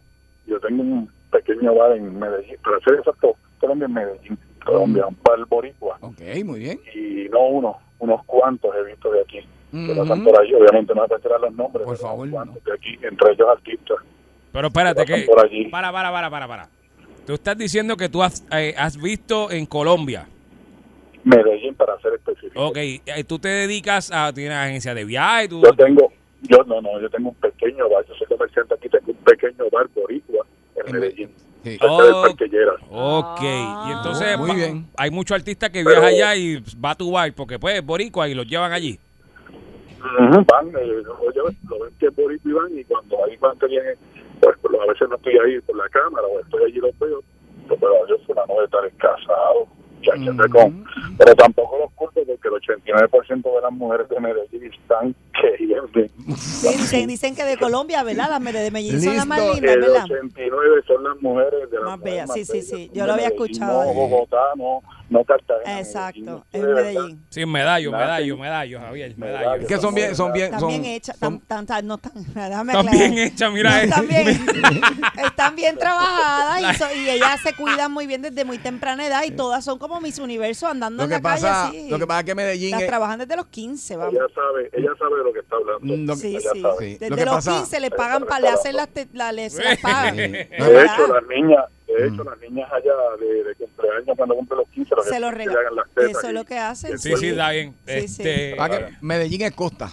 yo tengo un pequeño bar en Medellín, para ser exacto, Colombia en Medellín, Colombia, un bar boricua.
Ok, muy bien.
Y no uno, unos cuantos he visto de aquí. Que pasan
Ujú.
por ahí, obviamente no voy a tirar los nombres.
Mm, Por favor,
cuantos de aquí, entre ellos artistas.
Pero espérate,
que pasan
que.
por allí.
Para, para, para, para, para. Tú estás diciendo que tú has, eh, has visto en Colombia.
Medellín, para ser específico.
Ok, eh, tú te dedicas a. Tienes agencia de viaje, tú.
Yo tengo, yo no, no, yo tengo un pequeño bar, yo soy comerciante aquí, tengo un pequeño bar boricua en Medellín. Cerca del
Oh,
Parque Lleras.
Ok, y entonces
Muy
va-
bien.
hay muchos artistas que
Pero-
viajan allá y va a tu bar, porque pues es boricua y los llevan allí.
Ujú, Van, eh, oye, lo ven que es boricua y van, y cuando ahí van que vienen, pues, pues, a veces no estoy ahí por la cámara o estoy allí los veo, los veo yo fulano de estar casado, ya que sé con. Pero tampoco los culpo porque el 89% de las mujeres de Medellín están queriendo.
Dicen, dicen que de Colombia, ¿verdad? Las mere- de Medellín son las más
Listo.
lindas,
El
¿verdad?
89 son las mujeres de las
Más
mujeres
bellas, sí, sí, sí.
bellas.
Yo lo había
Medellín,
escuchado.
No, Bogotá, no, no Cartagena.
Exacto,
Medellín,
es
de verdad.
Medellín.
Sí, medallo,
Nacen-
medallo, medallo, Javier, medallo.
Es que son bien- son bien-
Están bien hechas, tan, tan, tan- no tan, déjame
Están
aclarar.
bien hechas, mira.
Están
eh.
bien, están bien trabajadas y, so- y ellas se cuidan muy bien desde muy temprana edad y todas son como mis universos andando
Lo
en
que
la
pasa-
calle así.
lo que pasa es que Medellín
Las
es-
trabajan desde los 15, vamos.
Ella sabe, ella sabe de lo que está hablando.
Mm, lo que-
Sí,
Ella
sí.
sabe.
Desde los 15 le pagan para le hacen las, te- la- le- se las pagan. Ah.
De hecho, las niñas, de
Mm.
hecho, las niñas allá de, de cumpleaños, cuando cumplen los 15, lo que
Se lo
hacen es que
rega-
le hagan las tetas.
Eso es lo que hacen.
Sí, sí, está bien. Este,
Ah, que Medellín es costa.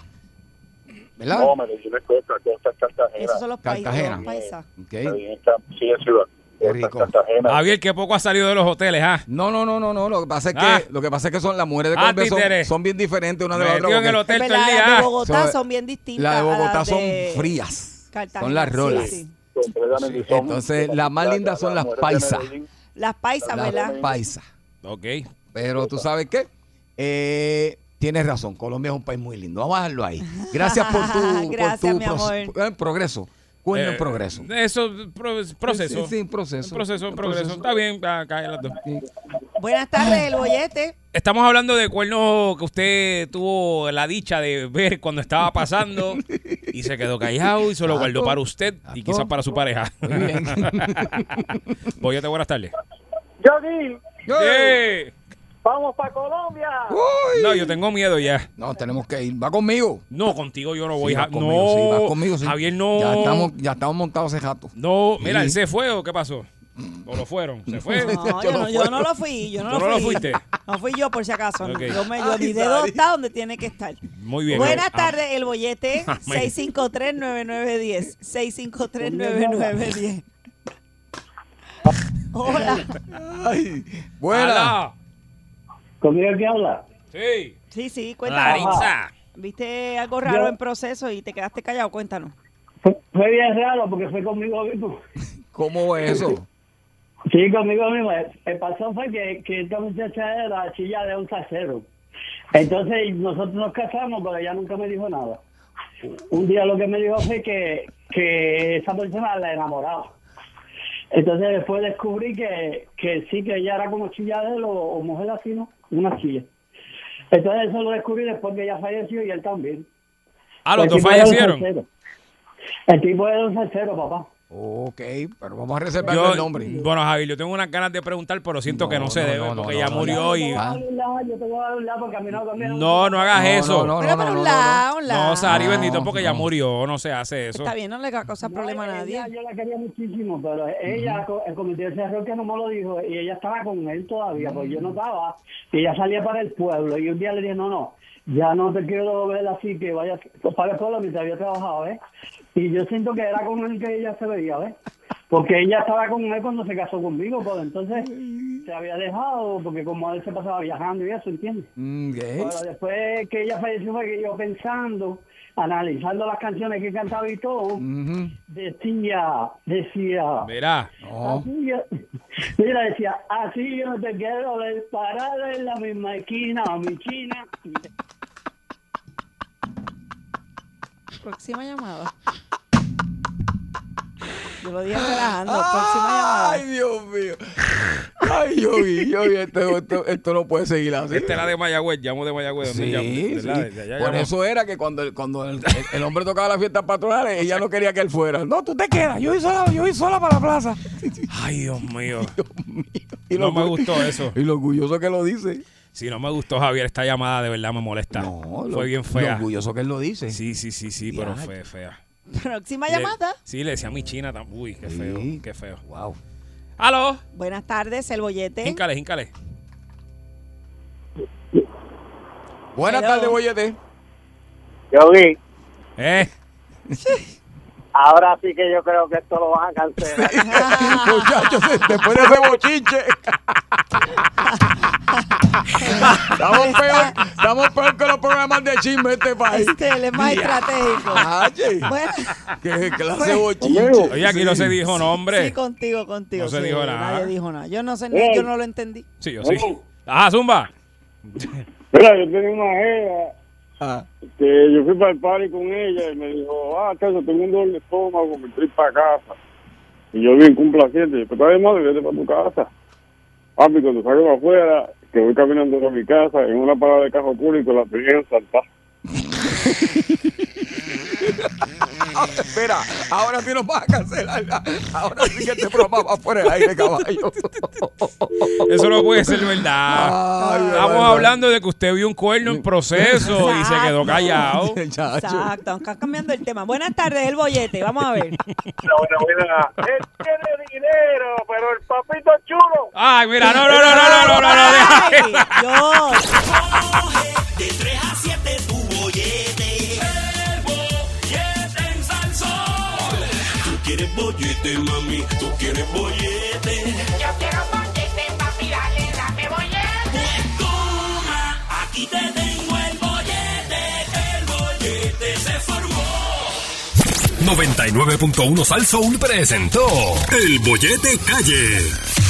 ¿Verdad?
No, Medellín es Costa, Costa es Cartagena.
Esos son los países,
Cartagena.
los paisas.
Medellín está- sí, es ciudad. Costa es Cartagena.
Javier, qué poco ha salido de los hoteles, ¿ah?
No, no, no, no, no. Lo que pasa es que,
Ah.
lo que, pasa es que son las mujeres de
Ah,
Colombia son,
títere.
son bien diferentes una de la
Metido
otra.
en el ah. hotel
Pero las de Bogotá
So,
son bien distintas.
Las de
a las
Bogotá son
de
frías.
Cartagena.
Son las
Sí,
rolas.
sí.
Completamente son-
Entonces, las más lindas son las
mujeres de
paisas.
Medellín.
Las paisas,
Las
¿verdad?
paisas.
Ok.
Pero tú sabes qué? Eh, tienes razón. Colombia es un país muy lindo. Vamos a dejarlo ahí. Gracias por tu,
Gracias,
por
mi
tu pros-
amor.
eh, progreso. Cuerno
Eh,
en progreso.
Eso, pro- proceso.
Sí, sí, proceso.
Proceso,
Un
progreso.
proceso.
Está bien, ah, caen las dos.
Buenas tardes, el bollete.
Estamos hablando de cuernos que usted tuvo la dicha de ver cuando estaba pasando y se quedó callado y se lo guardó para usted y quizás para su pareja. Voy a te buenas tardes. Eh.
Yogi,
¡Ey!
¡Vamos para Colombia!
No, yo tengo miedo ya.
No, tenemos que ir. ¿Va conmigo?
No, contigo yo no
Sí,
voy.
vas
Ja-
conmigo,
no,
sí, vas conmigo, sí.
Javier, no.
Ya estamos, ya estamos montados hace rato.
No, mira,
Sí.
¿él se fue o qué pasó? ¿O lo fueron? ¿Se fue?
No, yo, no, yo no lo fui, yo no
¿Tú
lo
no lo
fui.
fuiste?
No fui yo, por si acaso. no.
Ok.
Yo me, yo,
Ay,
mi dedo
Dari.
está donde tiene que estar.
Muy bien.
Buenas
Ah,
tardes, el bollete.
Amén.
653-9910. 653-9910. Hola.
Buena.
¿Conmigo el que habla?
Sí.
Sí, sí, cuéntanos. ¿Viste algo raro
Yo-
en proceso y te quedaste callado? Cuéntanos.
Fue bien raro porque fue conmigo mismo.
¿Cómo es eso?
Sí, conmigo mismo. El pasó fue que, que esta muchacha era chilla de un sacero. Entonces nosotros nos casamos, pero ella nunca me dijo nada. Un día lo que me dijo fue que, que esa persona la enamoraba. Entonces después descubrí que, que sí, que ella era como chilla de él o, o mujer así, ¿no? Una chilla. Entonces eso lo descubrí después que ella falleció y él también.
Ah, los
El
dos
tipo era un
fallecieron.
salsero. El tipo era un salsero, papá.
Ok, pero vamos a reservar
Yo-
el nombre.
Bueno, Javier, yo tengo unas ganas de preguntar, pero siento que no se debe porque ya murió y.
Yo te voy a dar un lado porque a mí no conviene.
Ah. No, no hagas eso. No, no, Ah.
Un lado, un lado.
Sari, bendito, porque ya murió. No se hace eso.
Está bien, no le causas problema a nadie.
Yo la quería muchísimo, pero ella co- eh, cometió ese error que no me lo dijo y ella estaba con él todavía, porque yo no estaba. Y ella salía para el pueblo y un día le dije, no, no, ya no te quiero ver así, que vayas para el pueblo mientras yo trabajaba, ¿ves? Y yo siento que era con él que ella se veía, ¿ves? Porque ella estaba con él cuando se casó conmigo, pero entonces se había dejado, porque como él se pasaba viajando y eso, ¿entiendes?
Mm,
Bueno, después que ella falleció fue que yo pensando, analizando las canciones que cantaba y todo, decía, decía,
Mira.
así yo- mira, decía, así yo no te quiero ver parada en la misma esquina, mi china.
Próxima llamada. Yo lo dije relajando. Próxima llamada.
Ay, Dios mío. Ay, yo vi, yo vi, esto, esto- esto no puede seguir así.
Esta es la de Mayagüez, llamo de Mayagüez.
Sí,
¿no? Ya-
sí.
¿verdad? Ya- ya
Por
llamó.
eso era que cuando, el- cuando el, el hombre tocaba las fiestas patronales, ella no quería que él fuera. No, tú te quedas, yo voy sola, yo voy sola para la plaza.
Ay, Dios mío. no me gustó eso.
Y lo orgulloso que lo dice.
Si no me gustó, Javier, esta llamada de verdad me molesta.
lo-
Ah, fue bien fea.
lo orgulloso que él lo dice.
Sí, sí, sí, sí, pero
Ya.
fue fea.
Próxima
Le-
llamada.
Sí, le decía a mi china. tam- Uy, qué feo, qué feo.
Wow.
¡Aló!
Buenas tardes, el bollete.
Híncale, híncale.
Buenas
Hello.
tardes, Boyete.
Yogi,
¿Eh?
ahora sí que yo creo que esto lo van a cancelar.
Ah.
Muchachos, después de ese bochinche. estamos, peor, estamos peor que los programas de chisme de este país.
Este, él es más estratégico.
Oye,
Bueno, pues,
qué clase de
Bueno.
bochinche.
Oye, aquí no se dijo nombre.
sí, contigo, contigo.
No se
sí,
dijo nada.
Nadie dijo nada. Yo no sé,
Ey.
yo no lo entendí.
Sí, yo sí. Ajá, Zumba.
Mira, yo tenía una jeva
Ah.
que yo fui para el party con ella y me dijo, ah, caso, tengo un doble estómago, me estoy para casa.
Y yo bien complaciente, pero está bien, madre, vete para tu casa. Papi, cuando salgo para afuera, que voy caminando para mi casa, en una parada de carro público, la primera saltar.
Ahora, espera, ahora sí nos vas a cancelar. Ahora sí que este programa va fuera del aire, caballo.
Eso no puede ser verdad.
Ay,
Estamos
verdad.
hablando de que usted vio un cuerno en proceso y se quedó callado.
Exacto, estás cambiando el tema. Buenas tardes, el bollete. Vamos a ver.
Él tiene dinero, pero el papito es chulo.
Ay, mira, no, no, no, no, no, no, no, no, deja
Ay, Dios.
De 3 a 7 tu bollete. El bollete en Salsón. Tú quieres bollete, mami. Tú quieres bollete. Yo quiero bollete, papi. Dale, dame bollete. Pues toma, aquí te tengo el bollete. El bollete se formó.
99.1 Sal Soul presentó El Bollete Calle.